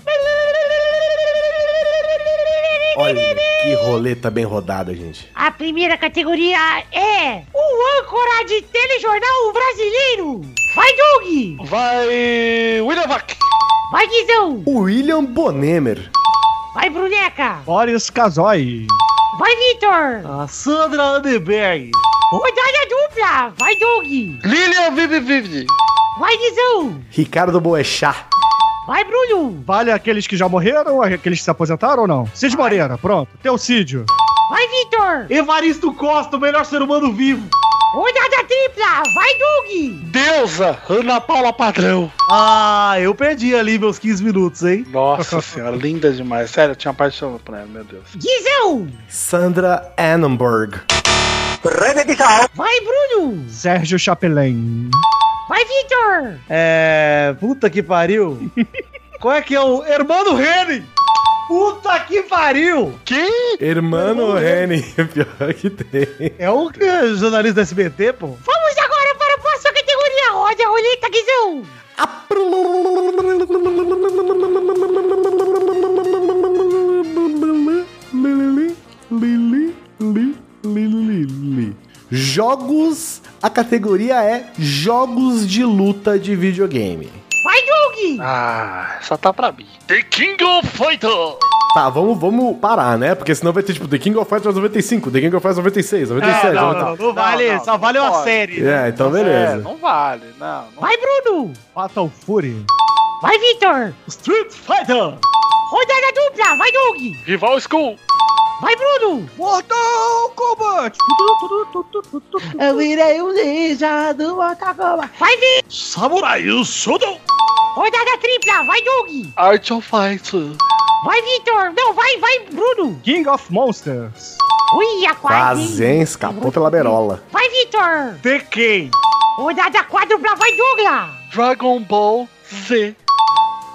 Olha, que roleta bem rodada, gente. A primeira categoria é o âncora de telejornal brasileiro. Vai, Doug! Vai. William Vac. Vai, Guizão! William Bonemer. Vai, Bruneca! Boris Casoy. Vai, Vitor! A Sandra Anderberg. Rodada dupla! Vai, Doug! Lilian Vive Vive. Vai, Guizão! Ricardo Boechat. Vai, Bruno! Vale aqueles que já morreram, aqueles que se aposentaram ou não? Cid Moreira, pronto. Teocídio. Vai, Vitor! Evaristo Costa, o melhor ser humano vivo. Rodada tripla! Vai, Doug! Deusa Ana Paula Padrão. Ah, eu perdi ali meus 15 minutos, hein? Nossa senhora, linda demais. Sério, eu tinha paixão pra ela, meu Deus. Guizão! Sandra Annenberg. Vai, Bruno! Sérgio Chapelain. Vai, Vitor! É. Puta que pariu. Qual é que é o. Hermano Henning? Puta que pariu! Que? né? Hermano Reni. Pior que tem. É o que é jornalista da SBT, pô. Vamos agora para a próxima categoria, roda a roleta, Guizão! Jogos A categoria é Jogos de Luta de Videogame. Vai, Doug! Ah, essa tá pra mim. The King of Fighters! Tá, vamos, vamos parar, né? Porque senão vai ter tipo The King of Fighters 95, The King of Fighters 96, 97. não, né? não, não vale, não, só É, não vale uma pode. série. né? É, então É, beleza. não vale, não. não- Vai, Bruno! Fatal Fury. Vai, Victor! Street Fighter! Rodada dupla! Vai, Doug! Rival School! Vai, Bruno! Mortal Kombat! Eu virei um ninja do Atacama. Vai, Vi! Samurai Shodown! Rodada tripla! Vai, Doug! Art of Fight! Vai, Victor! Não, vai, vai, Bruno! King of Monsters. Uia, quase! Quase, hein? Escapou pela berola. Vai, Victor! Tekken! Rodada quádrupla! Vai, Douglas! Dragon Ball Z!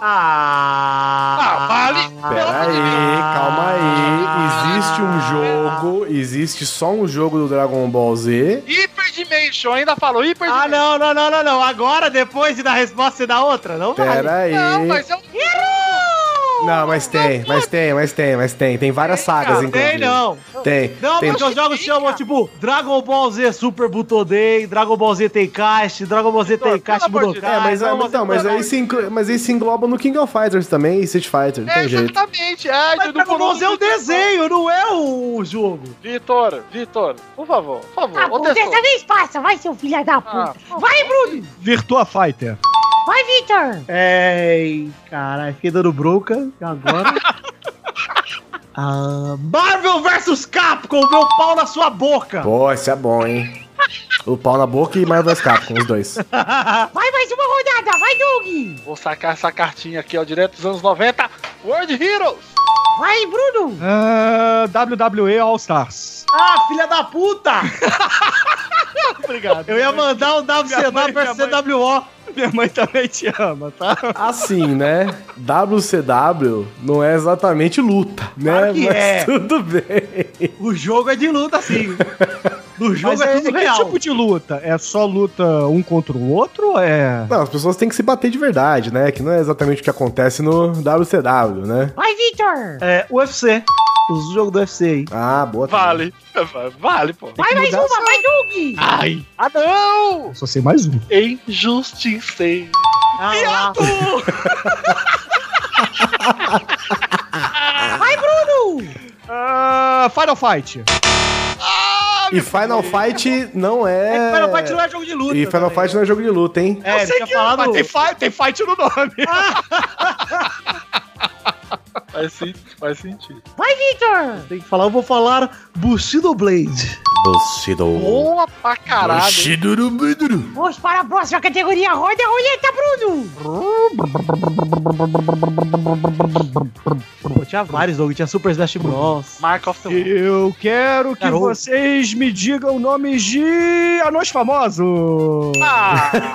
Ah, Ah! vale! Peraí, calma aí. Existe um jogo, existe só um jogo do Dragon Ball Z. Hyper Dimension, ainda falou Hyper Ah, não, não, não, não, não. Agora, depois de dar resposta, você dá outra? Não vale. Peraí. Não, mas é um. Não, mas tem, mas tem, mas tem, mas tem. Tem várias sagas, Não tem, inclusive. não. Tem. Não, tem. porque os jogos chamam, tipo, Dragon Ball Z Super Butoden, Dragon Ball Z Tenkaichi, Dragon Ball Z Tenkaichi pelo amor de Budokai. Deus. É, mas, Dragon Ball Z então, mas, aí se inclu- mas aí se engloba no King of Fighters também e Street Fighter, não É, tem jeito. exatamente! Ai, Mas Dragon Ball Z é o desenho, não é o jogo. Vitor, Vitor, por favor, por favor, Tá bom, outra dessa coisa. vez passa! Vai, seu filho da puta! Ah. vai, Bruno! Virtua Fighter. Vai, Victor! É, caralho, fiquei dando bronca e agora. Ah, Marvel vs Capcom, meu pau na sua boca! Pô, isso é bom, hein? O pau na boca e Marvel vs Capcom, os dois. Vai mais uma rodada! Vai, Doug! Vou sacar essa cartinha aqui, ó, direto dos anos 90. World Heroes! Vai, Bruno! Ah, WWE All Stars. ah, filha da puta! Obrigado. Eu ia mandar um Minha mãe, WCW vs minha CWO. Minha mãe também te ama, tá? Assim, né? WCW não é exatamente luta, né? Claro que mas é. tudo bem. O jogo é de luta, sim. No jogo Mas é é, tudo que real. tipo de luta? É só luta um contra o outro? ou É. Não, as pessoas têm que se bater de verdade, né? Que não é exatamente o que acontece no WCW, né? Vai, Victor! É, UFC. Os jogos do UFC aí. Ah, boa. Vale, vale, pô. Vai mais mudar uma! Vai, Doug! Ai, ah não! Eu Só sei mais um. Injustice. Ah, lá. Vai, Bruno! Ah, Final Fight. E Final Fight não É é. que Final Fight não é jogo de luta. E Final também. Fight não é jogo de luta, hein? É, ele tinha falado. Então, fight, tem fight no nome. Faz, sen- faz sentido. Vai, Victor! Tem que falar, eu vou falar Bushido Blade. Bushido. Boa pra caralho. hein? Vamos para a próxima categoria. Roda a roleta, Bruno! Pô, tinha vários jogos, tinha Super Smash Bros. Mark of the Wolf. Eu quero que Garoto. vocês me digam nomes de anões famosos. Ah, velho.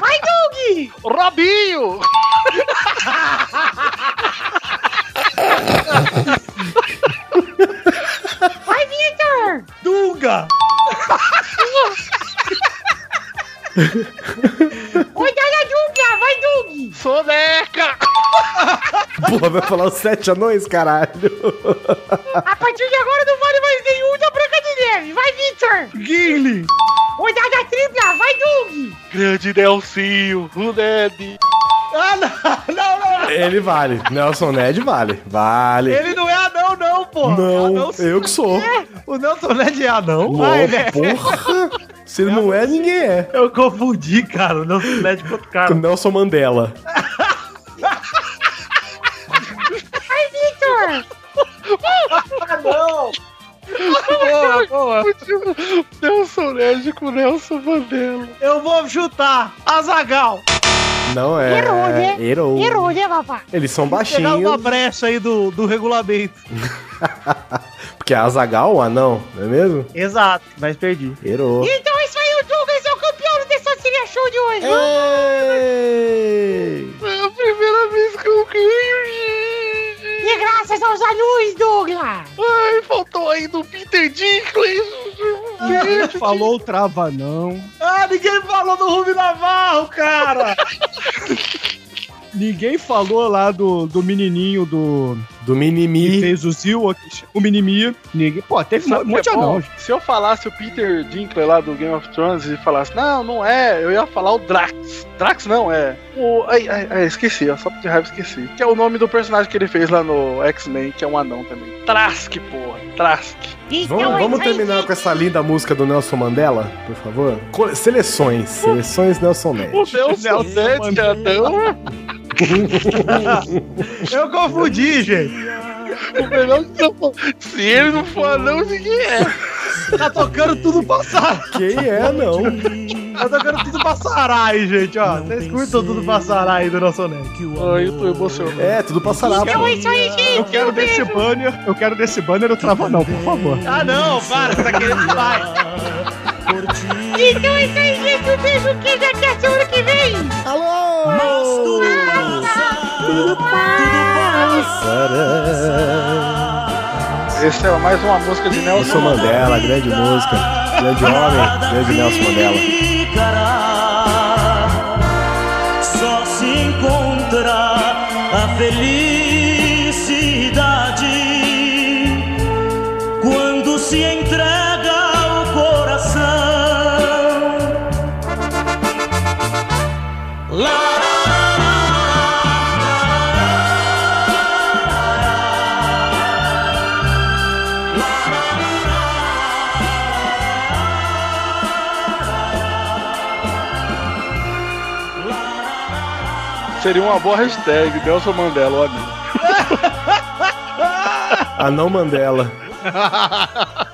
Vai, Doug! Robinho! Vai, Victor! Dunga! Rodada dupla! Vai, Doug! Soneca! Porra, vai falar os sete anões, caralho. A partir de agora não vale mais nenhum da Branca de Neve! Vai, Victor! Guile! Rodada tripla! Vai, Doug! Grande Nelsinho, o Ned. Ah, não, não, não! Ele vale. Nelson Ned vale. Vale. Ele não é anão, não, pô! Não, É Anão, eu que sou. o Nelson Ned é anão? Lô, Ah, ele é- porra. Se ele não é, ninguém é. Eu confundi, cara, o Nelson Ned com outro O cara. Nelson Mandela. Vai, Victor! Ah, não! Boa, boa. Nelson Ned com Nelson Mandela. Eu vou chutar Azagal! Não é. Errou, né? Errou. Errou, né, papá? Eles são Pegar uma baixinhos. brecha aí do, do regulamento. Porque a Azagal, ah não, não é mesmo? Exato, mas perdi. Errou. Então isso aí, o Douglas é o campeão do The Seria Show de hoje! Ei! É a primeira vez que eu ganho, gente. E graças aos anões, Douglas! Ai, faltou ainda o Peter Dinklage. Falou trava não. Ah, ninguém falou do Rubio Navarro, cara! Ninguém falou lá do, do menininho do. Do Minimi. Que fez o Zil, o Minimi. Ninguém. Pô, teve um Sabe o que monte de é bom? anão. Se eu falasse o Peter Dinklage lá do Game of Thrones e falasse, não, não é, eu ia falar o Drax. Drax não, é. O, ai, ai, ai, esqueci, ó, só de raiva esqueci. Que é o nome do personagem que ele fez lá no X-Men, que é um anão também. Trask, porra, Trask. Vamos, é Então vamos terminar com essa linda música do Nelson Mandela, por favor? Co- Seleções. Seleções Nelson Mandela. O Deus é o Deus de anão, Eu confundi, gente. o melhor que eu falo. Se ele não for anão, ninguém é. Tá tocando tudo passar. Quem é, não? Tá tocando tudo passarai, gente, ó. Vocês curtam tudo passarai do nosso net. Ai, eu tô emocionado. É, tudo passará, pô. Então é isso aí, gente. Eu quero desse banner, eu quero desse banner o Travanão, por favor. Ah, não, para, você tá querendo demais. Então é isso aí, gente. Um beijo queijo até a semana que vem. Ah, Alô! Esse é mais uma música de Nelson. Nelson Mandela, grande música. Grande homem, grande Nelson Mandela. Só se encontra a felicidade quando se entrega ao coração. Seria uma boa hashtag, Nelson Mandela, o anão. Anão Mandela.